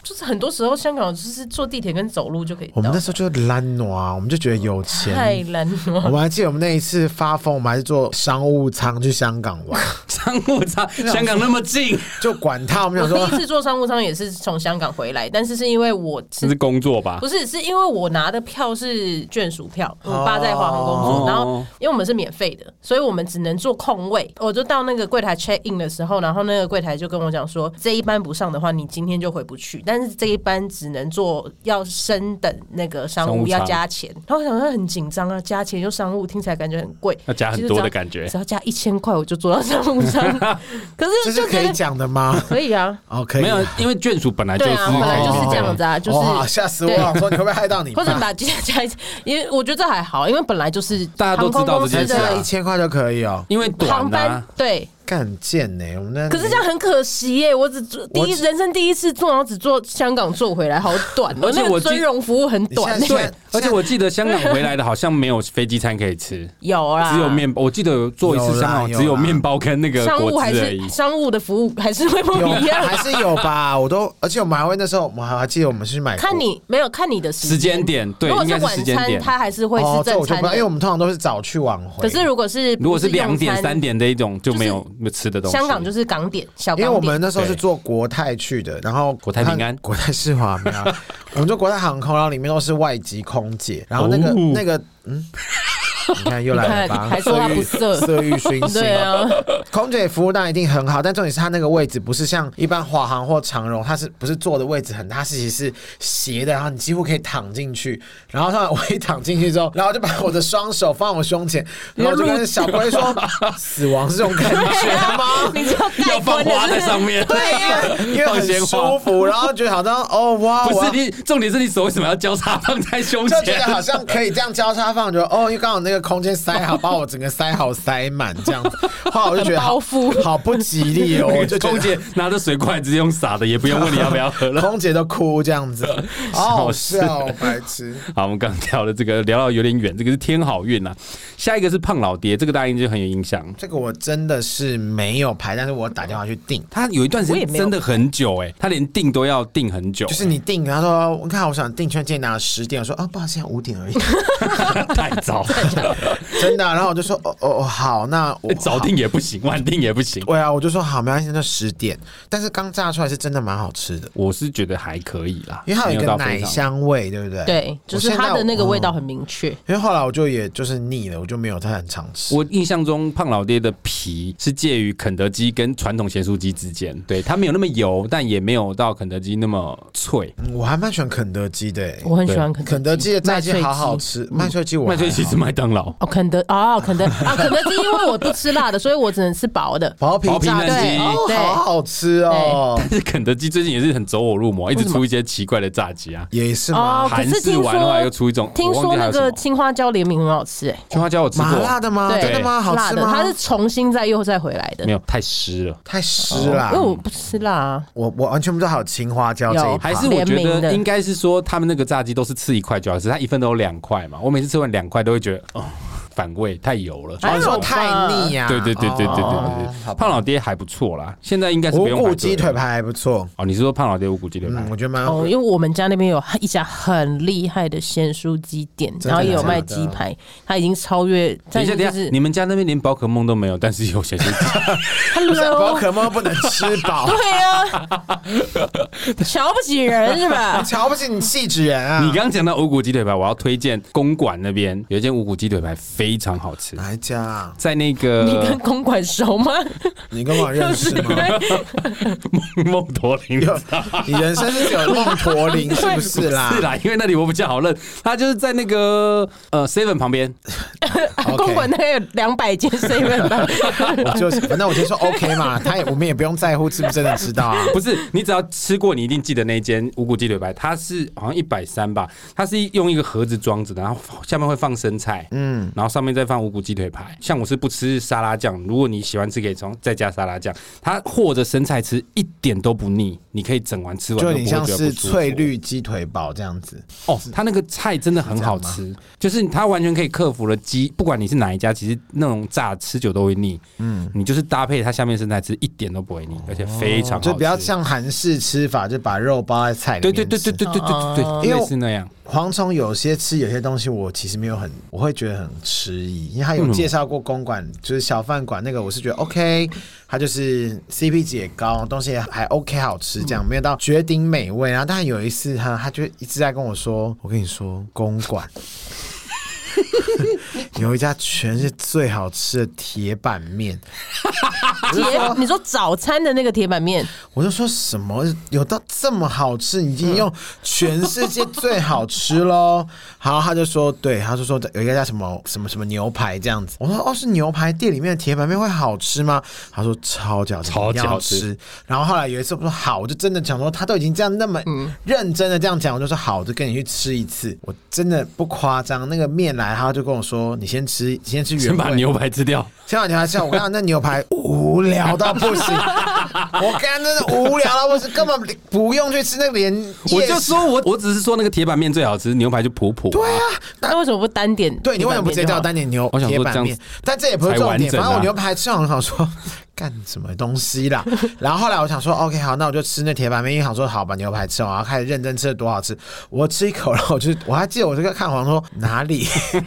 B: 就是很多时候香港就是坐地铁跟走路就可以
A: 我们
B: 到
A: 那，时候就是懒惰啊，我们就觉得有钱。
B: 太懒
A: *laughs* 我
B: 了。
A: 们还记得我们那一次发疯，我们还是坐商务舱去香港
B: *laughs*
A: 玩，
C: 商务舱，香港那么近，
A: 就管他。我们
B: 我
A: 想
B: 第
A: 说
B: 一，次坐商务舱也是从香港回来，但是是因为我是
C: 这是工作吧
B: 不？是，是因为我拿的票是眷属票，我爸在华航工
C: 哦
B: 作，然后因为我们是免费的，所以我们只能坐空位。我就到那个柜台 check in 的时候，然后那个柜台就跟我讲说，这一班不上的话，你今天就回不去，但是这一班只能坐要升等那个商
C: 商务
B: 务
C: 舱
B: 要加钱。然后我想说很紧张啊，加钱又商务，听起来感觉很贵，
C: 要加很多的感觉
B: 其实只要只要加一千块我就坐到商务
C: *laughs*
B: 舱，可
A: 这
B: 是
A: 是
B: 就
A: 可
B: 觉
A: 以
B: 得
A: 讲的吗？
B: 可以啊。
A: 哦，可以。
C: 没有，因为眷属本来就
B: 对
C: 是哦
B: 啊，本来就是这样子啊，就是
A: 哇，吓死我
B: 对
A: 了！我说你会不会害到你爸？
B: *laughs* 或者把加加一，因为我觉得这还好，因为本来就是
C: 大家都知道
B: 航空公
C: 这件
B: 司
C: 事啊
A: 这一
B: 的
A: 千块就可以哦，
C: 因为
B: 航
C: 短
B: 班
C: 啊，
B: 对。
A: 干贱呢。我们那
B: 可是这样很可惜耶，我只做第
A: 我
B: 一人生第一次坐，然后只坐香港坐回来，好短哦。
C: *laughs* 而且
B: 那个
C: 我记
B: 尊荣服务很短
A: 你，现在
C: 对，而且我记得香港回来的好像没有飞机餐可以吃，
B: *laughs* 有啦，
C: 只有面，我记得有做一次香港
A: 有啦有啦
C: 只有面包跟那个
B: 商务
C: 果
B: 还
C: 汁而已啊
B: 是。商务的服务还是会不
A: 有
B: 一样，
A: 还是有吧？我都，而且我们还会那时候，我们还还记得我们是去买
B: 看你没有看你的
C: 时间点对
B: 如果
C: 应该是时
B: 晚
C: 间
B: 餐
C: 点，
B: 它还是会
A: 哦
B: 是，
A: 这
B: 正
A: 我就不知
B: 餐
A: 道，因为我
B: 的。
A: 们通常都是早去晚回。
B: 可是如果是
C: 如果是
B: 不用
C: 两点、
B: 餐
C: 三点的一种，就没有没有吃的东西。
B: 香港就是港点小港
A: 因
B: 点，
A: 为我们那时候是坐国泰去的，然后
C: 国泰平安
A: *laughs* 国泰世华没有啊，我们坐国泰航空，然后里面都是外籍空姐，然后那个、
C: 哦
A: 那个
B: *laughs*
A: 嗯。你看又来了吧？
B: 你看还说他不色
A: 色欲熏心。
B: *laughs* 对
A: *laughs*
B: 啊，
A: 空姐服务当然一定很好，但重点是她那个位置不是像一般华航或长荣，它是不是坐的位置很大，它是其实是斜的，然后你几乎可以躺进去。然后他我一躺进去之后，然后就把我的双手放我胸前，然后我就跟小龟
B: *laughs*
A: 说：“死亡是这种感觉吗？”
B: 你知道
C: *laughs* 要
B: 盖
C: 放
B: 棺
C: 花
B: 了
C: 在
B: 是啊不
C: 上
B: 是？
C: 面，
A: 对呀，因为
C: 放鲜
A: 很
C: 花
A: 舒服，然后觉得好像哦哇，
C: *laughs* 不
A: 我
C: 是
A: 要
C: 你，重点是你手为什么要交叉放在胸
A: 就觉
C: 前
A: 得？好像可以这样交叉放，就哦，因为刚好那个空间塞好，把我整个塞好塞满这样子，后来我就觉得好
B: 包覆
A: 好不吉利
C: *laughs*
A: 哦，我就觉
C: 空
A: 得。
C: 姐拿着水筷直接用撒的，也不用问你要不要喝了。
A: 空姐都哭这样
C: *laughs*
A: 子，好好笑哦，白痴。
C: 好，我们刚聊了这个，聊到有点远，这个是天好运啊。下一个是胖老爹，这个大家应该就很有印象。
A: 这个我真的是没有排，但是我打电话去订，
C: 他有一段时
B: 我也
C: 间
B: 没有
C: 真的很久哎、他连订都要订很久、
A: 就是你订，他说我看我想订，券，今天拿了十点，我说啊，不好意思，现在五点而已，
C: 太
B: *laughs*
C: 早，
A: 真的啊。然后我就说哦哦哦，好，那我
C: *laughs* 早订也不行，晚订也不行。
A: 对啊，我就说好，没关系，那就十点。但是刚炸出来是真的蛮好吃的，
C: 我是觉得还可以啦，
A: 因为它有一
C: 没
A: 个
C: 到非
A: 奶
C: 常。
A: 香味，对不对？
B: 对，就是
A: 我现在
B: 它的那个味
A: 嗯
B: 道。很明确。
A: 因为后来我就也就是腻了，我就没有太很常吃。
C: 我印象中，胖老爹的皮是介于肯德基跟传统咸酥鸡之间，对，它没有那么油，但也没有到肯德基那么脆。
A: 嗯我还蛮喜欢肯德基的、欸，
B: 我很喜欢肯德
A: 肯德基的炸鸡
B: 麦脆
A: 好好
B: 鸡
A: 吃，麦脆鸡我
C: 麦脆鸡
A: 还好
C: 是麦当劳， *laughs*
B: 哦，肯德哦，肯德啊，肯德基，因为我不吃辣的，所以我只能吃薄
A: *laughs*
B: 的。
A: 薄皮
C: 薄皮
A: 炸
C: 蛋
A: 鸡
C: 鸡
A: 哦，
B: 对
A: 好好吃哦，
C: 但是肯德基最近也是很走火入魔，一直出一些奇怪的炸鸡啊，
A: 也是
B: 哦
A: 吗？
B: 可
C: 韩
B: 是
C: 式
B: 听
C: 完后
B: 说
C: 来又出一种，
B: 听
C: 我忘
B: 说
C: 记还
B: 那
C: 有什
B: 个
C: 么
B: 青花椒联名很好吃，哎，
C: 青花椒我吃
A: 麻辣
C: 过，
A: 的吗？
B: 对
A: 真的吗？啊好
B: 辣
A: 吃
B: 的，它
A: 吗
B: 是？重新再又再回来的
C: 没。有太湿了。
A: 太湿啦
B: 因为！我不吃辣啊，
A: 我我完全不知道还有青花椒这一
B: 哦有
A: 趴
C: 还是我觉
B: 联名
C: 得
B: 的
C: 应该是说，他们那个炸鸡都是吃一块就好吃，它一份都有两块嘛。我每次吃完两块都会觉得，哦，反胃太油了。
B: 还
A: 哦，
B: 有
A: 你说太腻呀？
C: 对对对对对对对
A: 哦
C: 对，
A: 好吧
C: 胖老爹还不错啦，现在应该是不
A: 无
C: 用排队
A: 骨
C: 了
A: 鸡腿排还不错，
C: 哦，你是说胖老爹无骨鸡腿排
A: 嗯，？我觉得蛮好
B: 哦，因为我们家那边有一家很厉害的鲜蔬鸡店，
A: 真的
B: 然后也有
A: 假的
B: 卖鸡排，它已经超越，它
C: 等
B: 已
C: 一下
B: 经就
C: 等一下
B: 是，
C: 你们家那边连宝可梦都没有，但是有
B: *laughs*
C: 咸酥鸡，
A: 不是啊宝
B: Hello，
A: 可梦不能吃饱，
B: *laughs* 对呀， *laughs* 瞧不起人是吧？ *laughs*
A: 瞧不起你气质人啊！
C: 你刚刚讲到无骨鸡腿排，我要推荐公馆那边有一间无骨鸡腿排非常好吃，
A: 哪一家啊？
C: 在那
B: 你跟
C: 个
B: 公馆熟吗？
A: 你跟我认识吗？
B: *laughs*
C: *laughs* 梦驼林
A: 有你人生是有梦驼铃是不是啦？
C: 是啦，因为那里我比较好认，它就是在那个呃 Seven 旁边，
A: OK
B: 公馆那个有两百间 seven 吧，
A: *laughs* 我就是反正我就说 OK 嘛，他也我们也不用在乎是不是真的知道
C: *laughs*
A: 啊。
C: 不是，你只要吃过，你一定记得那间无骨鸡腿排，它是好像一百三吧，它是用一个盒子装着的，然后下面会放生菜，嗯，然后上面再放五谷鸡腿排。像我是不吃沙拉酱，如果你喜欢吃，可以从再加沙拉酱。它和着生菜吃，一点都不腻，你可以整碗吃完。
A: 就
C: 都
A: 有点
C: 不
A: 像
C: 会觉得
A: 是
C: 不舒服
A: 翠绿鸡腿堡这样子，
C: 哦，它那个菜真的很好吃，就是它完全可以克服了鸡，不管你是哪一家，其实那种炸吃久都会腻。嗯，你就是搭配它下面生菜吃，一点都不会腻，而且非常好吃。
A: 哦就比较像韩式吃法，就把肉包在菜里
C: 对
A: 面
C: 对对
A: 吃
C: 对对对对对
B: 哦
C: 对，
A: 因为
C: 类似那样。
A: 蝗虫有些吃有些东西，我其实没有很，我会觉得很迟疑，因为他
C: 为
A: 有
C: 什么
A: 介绍过公馆，就是小饭馆那个，我是觉得 OK，它就是 CP 值也高，东西也还 OK 好吃，这样没有到绝顶美味。然后但有一次他他就一直在跟我说，我跟你说公馆。 *laughs* 有一家全是最好吃的铁板面，啊
B: 铁，你说早餐的那个铁板面，
A: 我就说什么有到这么好吃，已经
C: *laughs*
A: 用全世界最好吃喽。 *laughs* 好，他就说，对，他就说有一个叫什么什么什么牛排这样子。我说哦，是牛排店里面的铁板面会好吃吗？他说超级好吃，
C: 超
A: 一
C: 级
A: 定要
C: 好吃
A: 吃。然后后来有一次我说好，我就真的想说他都已经这样那么
C: 嗯
A: 认真的这样讲，我就说好，我就跟你去吃一次。我真的不夸张，那个面来他就跟我说，你先吃，你先吃 *laughs* 原
C: 先把
A: 味。
C: 牛排吃掉，
A: 先把牛排吃完，我看到那牛排 *laughs* 无聊到不
C: *laughs*
A: 行，我刚真的无聊到不行，根本不用去吃那个连
C: *laughs* 我
A: 夜
C: 就
A: 市
C: 说我我只是说那个铁板面最好吃，牛排就普普。
A: 对啊，那
B: 那为什么不单点？
A: 对你为什么不直接叫我单点牛
C: 我想说
A: 铁板
C: 这
A: 面
C: 样？
A: 但这也不是重点，
C: 才完整啊
A: 反正我牛排吃完，我想说 *laughs* 干什么东西
C: *laughs*
A: 啦。然后后来我想说，OK，好，那我就吃那铁板面，因为想说好把牛排吃完，然后开始认真吃了多好吃。我吃一口，然后我就我还记得我这个看黄说哪里 *laughs* 是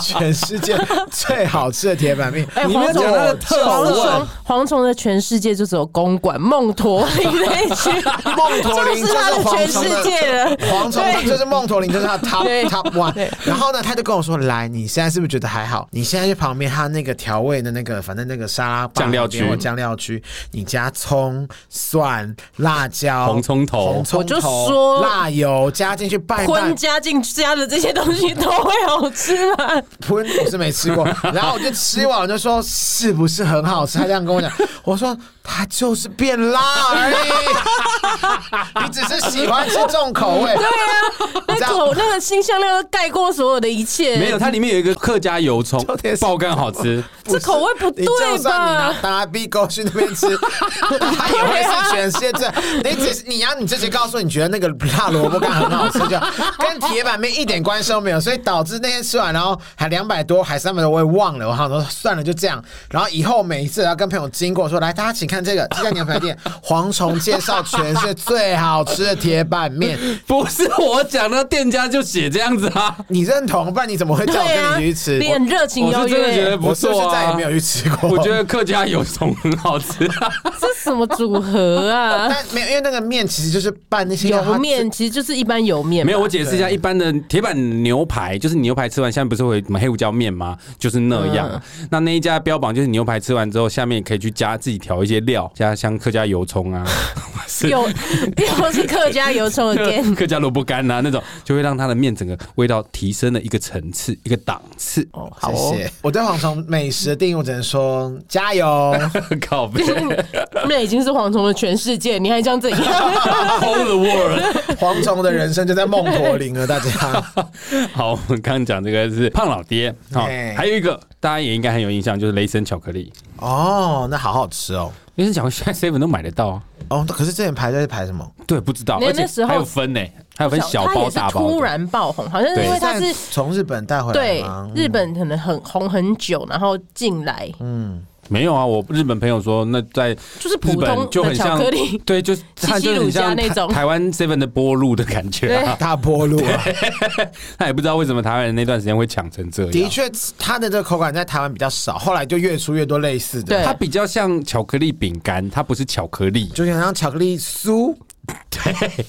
A: 全世界最好吃的铁板面。
B: 哎，
C: 你没有
B: 蝗虫
C: 讲它的特
B: 蝗
C: 色
B: 虫，蝗虫的全世界就只有公馆、梦驼里那一
A: *laughs*
B: 区，
A: 梦驼
B: 就
A: 铃
B: 是它
A: 是
B: 的
A: 蝗
B: 全
A: 虫
B: 世界了。
A: 蝗虫它就是梦驼铃，就是他 top
B: 对
A: top one
B: 对。
A: 然后呢，他就跟我说：“来，你现在是不是觉得还好？你现在去旁边他那个调味的那个，反正那个沙拉吧
C: 酱料
A: 旁边有
C: 区
A: 酱料区，你加葱、蒜、辣椒、
C: 红葱头
A: 红葱头
B: 我就说
A: 辣油加进去拌一
B: 荤
A: 拌。
B: 加进加的这些东西都会好吃啊吗？
A: 荤我是没
B: *laughs*
A: 吃过，然后我就吃完我就说是不是很好吃？他这样跟我讲，我说它就是变辣而已，
B: *laughs*
A: 你只是喜欢吃重口味。对啊，
B: 那口那个新香料盖过所有的一切，
C: 没有，它里面有一个客家油葱
A: 重点，是
C: 爆干好
A: *laughs*
C: 吃。
B: 这口味不
A: 你就
B: 对
A: 算你拿
B: 吧？
A: 拿 B 勾去那边吃， *laughs* 它也会是全世界最。你只是你要你自己告诉你觉得那个辣萝卜干很好吃，就跟铁板面一点关系都没有，所以导致那天吃完，然后还两百多还三百多，我也忘了。我想说算了，就这样。然后以后每一次要跟朋友经过说，来大家请看这个这家牛排店，蝗虫介绍全是最好吃的铁板面，
C: 不是我讲的，店家就写这样子啊。
A: 你认同？不然你怎么会叫我
B: 对啊，
A: 跟你一起去 *laughs*
B: 你
A: 吃？
B: 很热情
C: *laughs* 我
B: 邀
C: 是真的觉得
B: 约，
A: 我
C: 不
A: 是不
C: 错
A: 是
C: 啊，
A: 再也没有去吃过？
C: 我觉得客家油葱很好吃、
B: 这什么组
A: *laughs*
B: 合啊？
A: 但没有，因为那个面其实就是拌那些料
B: 油面其实就是一般油面嘛，
C: 没有，我解释一下，一般的铁板牛排就是你牛排吃完，下面不是会有什么黑胡椒面吗？ *laughs* 就是那样。那那一家标榜就是牛排吃完之后，下面可以去加自己调一些料，加像客家油葱啊，是 *laughs*
B: 有又 *laughs* 是客家油葱
A: *laughs*
B: again。
C: 客家萝卜干啊那种，就会让它的面整个味道提升了一个层次，一个档次。哦，
A: 它谢谢。我对蝗虫美食的定义，我只能说加油。
C: *laughs* 靠背
B: 那已经是蝗虫的全世界，你还
A: *laughs*
B: 想怎样？
C: ，All the world。
A: 蝗虫的人生就在梦驼铃了，大家。
C: 好，我们刚刚讲这个是胖老爹，好、
A: 哎
C: 还有一个大家也应该很有印象，就是雷神巧克力。
A: 哦，那好好吃哦。
C: 雷神巧克力现在 seven 都买得到啊？
A: *laughs* 哦，可是之前排队是排什么？
C: 对，不知道，
B: 那
C: 而且
B: 那时候
C: 还有分呢、还有分小
B: 它也
C: 包
B: 是
C: 大包的。
B: 突然爆红，好像是因为它是
A: 从日本带回来
B: 对
A: 吗？
B: 日本可能很红很久，然后进来
A: 嗯
C: 没有啊，我日本朋友说，那在
B: 就是
C: 日
B: 普
C: 本
B: 通
C: 就
B: 的
C: 很
B: 巧
C: 像
B: 克力，
C: 对，就是它
B: 七七
C: 就
B: 乳
C: 很
B: 加
C: 像
B: 那
C: 台
B: 种
C: 台湾 seven 的波路的感觉、啊。
A: 大波 *laughs* 路啊，
C: *laughs* 他也不知道为什么台湾人那段时间会抢成这
A: 的
C: 样。
A: 确，它的这个口感在台湾比较少，后来就越出越多类似的，
B: 对
C: 它比较像巧克力饼干，它不是巧克力，
A: 就像巧克力酥，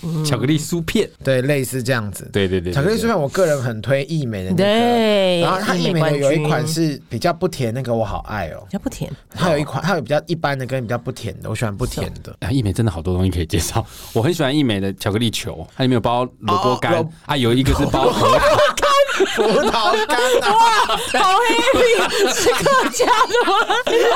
B: 嗯
C: 巧克力酥片。
A: 对，类似这样子。
C: 对对对，
A: 巧克力酥
C: 对
A: 片，我个人很推益美的那个，
C: 哎
B: 对
A: 然后它益美的有一款
B: 益美冠军
A: 是比较不甜，那个我好爱哦。
B: 比较
A: *laughs*
B: 不甜。
A: 它有一款，它有比较一般的跟比较不甜的，我喜欢不甜
C: *laughs*
A: 的。
C: 啊，益美真的好多东西可以介绍。我很喜欢益美的巧克力球，它里面有包萝卜干、
A: 哦萝
C: 啊，有一个是包核桃，
A: *laughs*
C: *laughs*
A: 葡萄干啊，
B: 哇，好 happy，是客家的吗？
A: *laughs*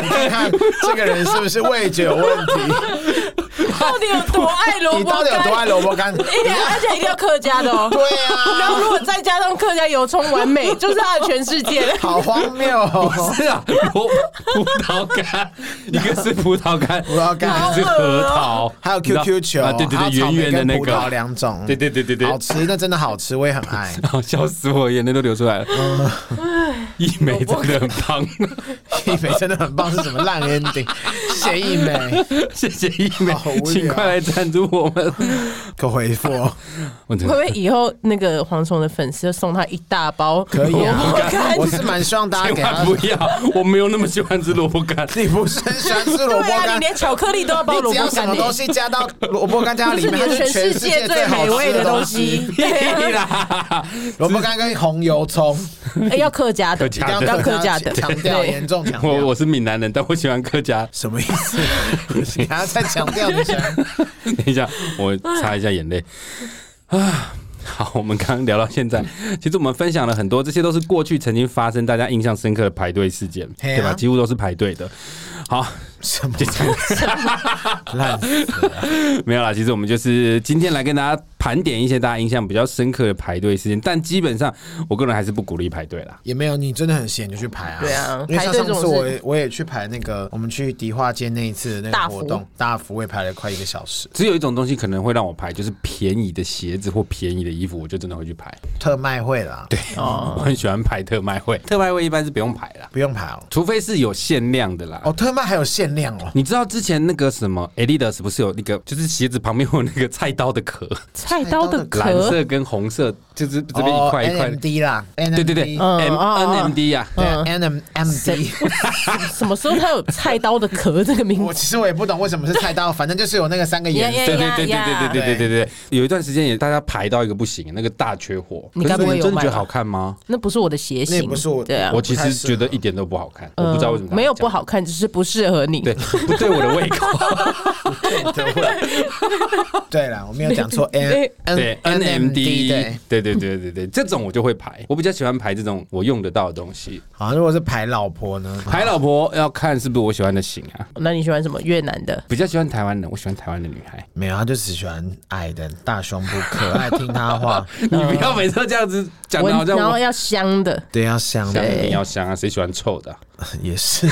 A: 你看这个人是不是味觉有问题？
B: 到底有多爱萝
A: 你
B: 卜
A: 到底有多爱
B: 干？
A: 萝卜干？
B: *laughs* 一定要，而且一定要客家的哦。
A: *laughs* 对啊，
B: 然后如果再加上客家油葱完 *laughs* 美，就是它的全世界了。
A: 好荒谬哦！
C: *laughs* 是啊，葡葡萄干，一个是葡萄干，
A: 葡萄干
C: 一个是核桃，
A: 还有
C: 你知道
A: QQ 球，哦
C: 啊，对对
A: 还
C: 对，
A: 有草
C: 圆
A: 莓
C: 圆的
A: 跟
C: 那
A: 葡萄
C: 个，
A: 两种，
C: 对对对对对
A: 好，吃，那真的好吃，我也很爱。
C: 哦 *laughs* 笑死我，眼泪都流
A: *laughs*
C: 出来了。
A: 嗯
C: 一美真的很棒， *laughs*
A: 一美真的很棒，是什么烂 ending？谢谢一美，
C: 谢谢一美
A: 好无，聊
C: 请快来赞助我
A: *laughs*
C: 们。
A: 可回复哦。
C: *laughs* 我
B: *laughs*
C: 真
B: 会不
C: 的
B: 会以后那个蝗虫的粉丝就送他一大包
A: 可以
B: 萝卜
A: 啊
B: 干，
A: 我是蛮希望大家
C: 千
A: 给他
C: 万。不要，我没有那么喜欢吃萝卜干。
A: *laughs* 你不是很喜欢吃萝卜
B: 对啊，你
A: 干？
B: 连巧克力都要包
A: 你
B: 萝
A: 只
B: 卜
A: 要什
B: 干
A: 么
B: 欸
A: 东西加到萝卜干加到
B: 就
A: 里
B: 是
A: 面，
B: 你
A: 它
B: 的
A: 是
B: *laughs* 全
A: 全
B: 世
A: 世
B: 界
A: 最
B: 最
A: 好
B: 美
A: 吃
B: 味
A: 的
B: 的东
A: 西
B: 西。， *laughs*
C: 屁啦！
A: 萝卜干跟红油
C: *laughs*
A: 葱，
C: 啊
B: 哎，要客家的，
C: 客家
A: 一定
C: 的
B: 要客家的，
A: 强调
B: 对
A: 严重强调。
C: *laughs* 我我是闽南人，但我喜欢客家。
A: *laughs* 什么意
C: *laughs*
A: 思？ *laughs* 你还要再强调一下？
C: 等一下，我
A: 哎
C: 擦一下眼泪。啊，好，我们刚刚聊到现在，其实我们分享了很多，这些都是过去曾经发生大家印象深刻的排队事件，
A: 嘿啊
C: 对吧？几乎都是排队的。好， *laughs*
A: 什么
C: 就这样。
A: 烂？
C: 没有啦，其实我们就是今天来跟大家盘点一些大家印象比较深刻的排队事件，但基本上我个人还是不鼓励排队啦。
A: 也没有，你真的很闲就去排啊。
B: 对啊
A: 因为像
B: 排队
A: 上
B: 这种
A: 次我
B: 事
A: 也我也去排那个，我们去迪化街那一次的那
B: 大
A: 个
B: 福
A: 活动，大福我也排了快一个小时，
C: 只有一种东西可能会让我排，就是便宜的鞋子或便宜的衣服，我就真的会去排。
A: 特卖会啦，对，
C: *laughs*
A: 哦
C: 我很喜欢排特卖会，特卖会一般是不用排啦，
A: 不用排哦。
C: 除非是有限量的啦。
A: 哦，特卖还有限量哦。
C: 你知道之前那个什么 Adidas 不是有那个，就是鞋子旁边有那个菜刀的壳，
B: 菜刀的
C: 蓝
B: 壳，
C: 色跟红色，就是这边一块
A: 哦
C: 一块。
A: NMD 啦，NMD,
C: 对对对
A: 对
B: 嗯
C: ，M
B: 哦哦
C: NMD 啊，
A: NM MD。
B: 什么时候它有菜刀的壳这个
A: *laughs*
B: 名
A: 我
B: 字？
A: 其实我也不懂为什么是菜刀，反正就是有那个三个颜色。
B: 哎
C: 对对
B: 呀
C: 对对对
B: 呀
C: 对对对对对，有一段时间也大家排到一个不行，那个大缺货。
B: 你
C: 可是
B: 该不会
C: 们
B: 有
C: 真的觉得
B: 买吧
C: 好看吗？
B: 那不是我的鞋
A: 那也
B: 型，
A: 不是我
B: 对啊，
C: 我其
A: 不太
C: 实
A: 适
C: 觉得
A: 合
C: 一点都不好看，
B: 嗯
C: 我不知道为什么他们
B: 没有
C: 这
B: 不
C: 样
B: 好看，只是不适合你。
C: 对，不对我的
B: *laughs*
C: 胃口。
A: 对啦，我没有讲错。N
B: 对
A: N
C: 对
A: NMD 对
C: ，NMD，。对对对对对，这种我就会排，我比较喜欢排这种我用得到的东西。
A: 好，如果是排老婆呢？
C: 排老婆要看是不是我喜欢的型啊，
B: 那你喜欢什么越南的？
C: 比较喜欢台湾人，我喜欢台湾的女孩。
A: 没有，他就只喜欢矮的大胸部，可爱，听他
C: *laughs*
A: 话。
C: 你不要每次都这样子讲的，好
B: 闻
C: 像
B: 嗯然后
C: 我
B: 要香的，
A: 对，要香
C: 香
A: 的
C: 一定要香啊，谁喜欢臭的啊？
A: 也是，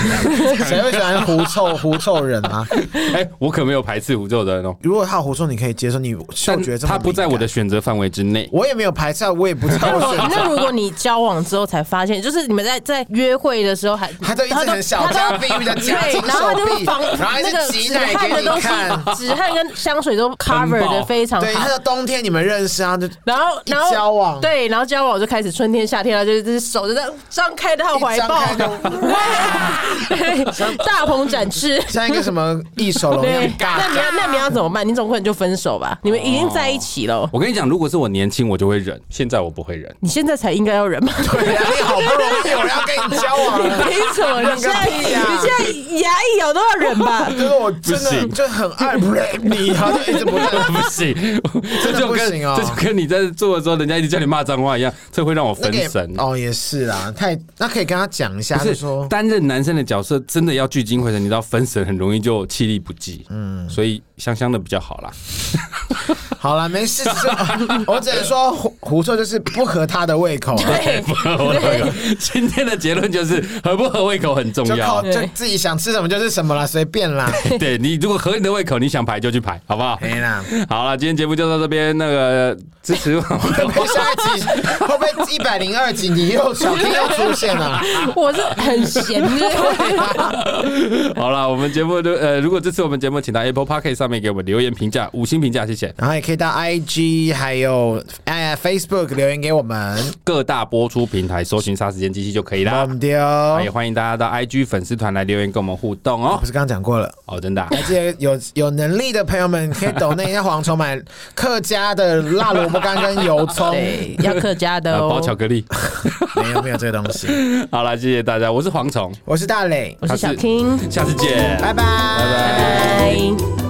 A: 谁会喜欢狐臭 *laughs* 狐臭人啊？
C: 哎， *laughs* 我可没有排斥狐臭的人哦，
A: 如果他有狐臭，你可以接受，你嗅觉
C: 但
A: 这么
C: 他不在
A: 敏
C: 我的
A: 感，
C: 选择范围之内。
A: 我也没有排斥，我也不知道
B: 那
A: 我
B: 如果
C: *laughs*
A: 选择
B: *laughs* 那如果你交往之后才发现，就是你们在在约会的时候还
A: 他都一直很小
B: 他
A: 家
B: 都
A: 碧玉的夹
B: 对
A: 紧，
B: 然后他
A: 手
B: 就
A: 臂，
B: 是防
A: 然后一
B: 那
A: 直
B: 个
A: 挤
B: 止
A: 奶
B: 汗
A: 给
B: 的
A: 你
B: 东西
A: 看。，
B: *laughs* 止汗跟香水都 cover
C: 很
B: 的
C: 饱
B: 非常
A: 对，他
B: 好
A: 说。冬天你们认识啊，就
B: 然后，
A: 一
B: 然后
A: 交往
B: 对，然后交往就开始春天、夏天了，就是就是手就这样张开他的怀
A: 一张
B: 抱，
A: 开就
B: *laughs* 对，大鹏展
A: *laughs*
B: 翅。
A: 像一个什么一手龙一样
B: 对，那
A: 尬
B: *laughs* 你要那你要怎么办？你总不能就分手吧？你们已经在一起了，
C: 我跟你讲，如果是我年轻，我就会
A: *laughs*
C: 忍，现在我不会忍。
B: 你现在才应该要忍吧？
A: 对啊，你好不容易有人要跟你交往了。
B: 凭什么？你现在
A: 忍个屁呀
B: 你现在牙一咬都要忍吧？
A: 就是我真
C: 不
A: 的
C: 行
A: 就很爱你，然后就一直不断。
C: *laughs* 不行，这就
A: 不
C: 跟
A: 行哦
C: 这就跟你在做的时候，人家一直叫你骂脏话一样，这会让我
A: 那
C: 分
A: 个也
C: 神。
A: 哦，也是啦，太那可以跟他讲一下，
C: 不
A: 就是说
C: 担任男生的角色，真的要聚精会神，你知道分神很容易就气力不济，嗯，所以香香的比较好啦。
A: 好了，没事，就我只能说 *laughs* 胡胡臭就是不合他的胃口啊，
B: 对，
C: 我的胃口今天的结论就是合 *laughs* 不合胃口很重
A: 就靠
C: 要。
A: 就自己想吃什么就是什么啦，随便
C: *laughs*
A: 啦，
C: 对你如果合你的胃口，你想排就去排，好不好？
A: 没啦。
C: 好了，今天节目就到这边，那个支持我 *laughs* 们
A: 会不会下一集会不会一百零二集你又小弟又出现啊了、
B: *laughs* 我是很闲 *laughs* 的。
C: 好了，我们节目就呃，如果支持我们节目，请到 Apple p o c k e t 上面给我们留言评价，五星评价，谢
A: *laughs*
C: 谢。
A: 然后也可以到 IG 还有哎 Facebook 留言给我
C: *laughs*
A: 们，
C: 各大播出平台搜寻“杀时间机器”就可以
A: 我
C: 啦。
A: 们丢。
C: 也欢迎大家到 IG 粉丝团来留言跟我们互动哦
A: 不。是刚刚讲过了。
C: 哦，真的啊、
A: 还记得有有能力的朋友们可以抖那一下蝗虫买客家的辣萝卜干跟油葱，
B: 对，要客家的
C: 呃
B: 哦。
C: 包巧克力。 *laughs*
A: 没有没有这个东西。
C: 好了，谢谢大家，我是蝗虫，
A: 我是大磊，
B: 我是小 King，
C: 下次见，
A: 拜拜拜
C: 拜
B: 拜。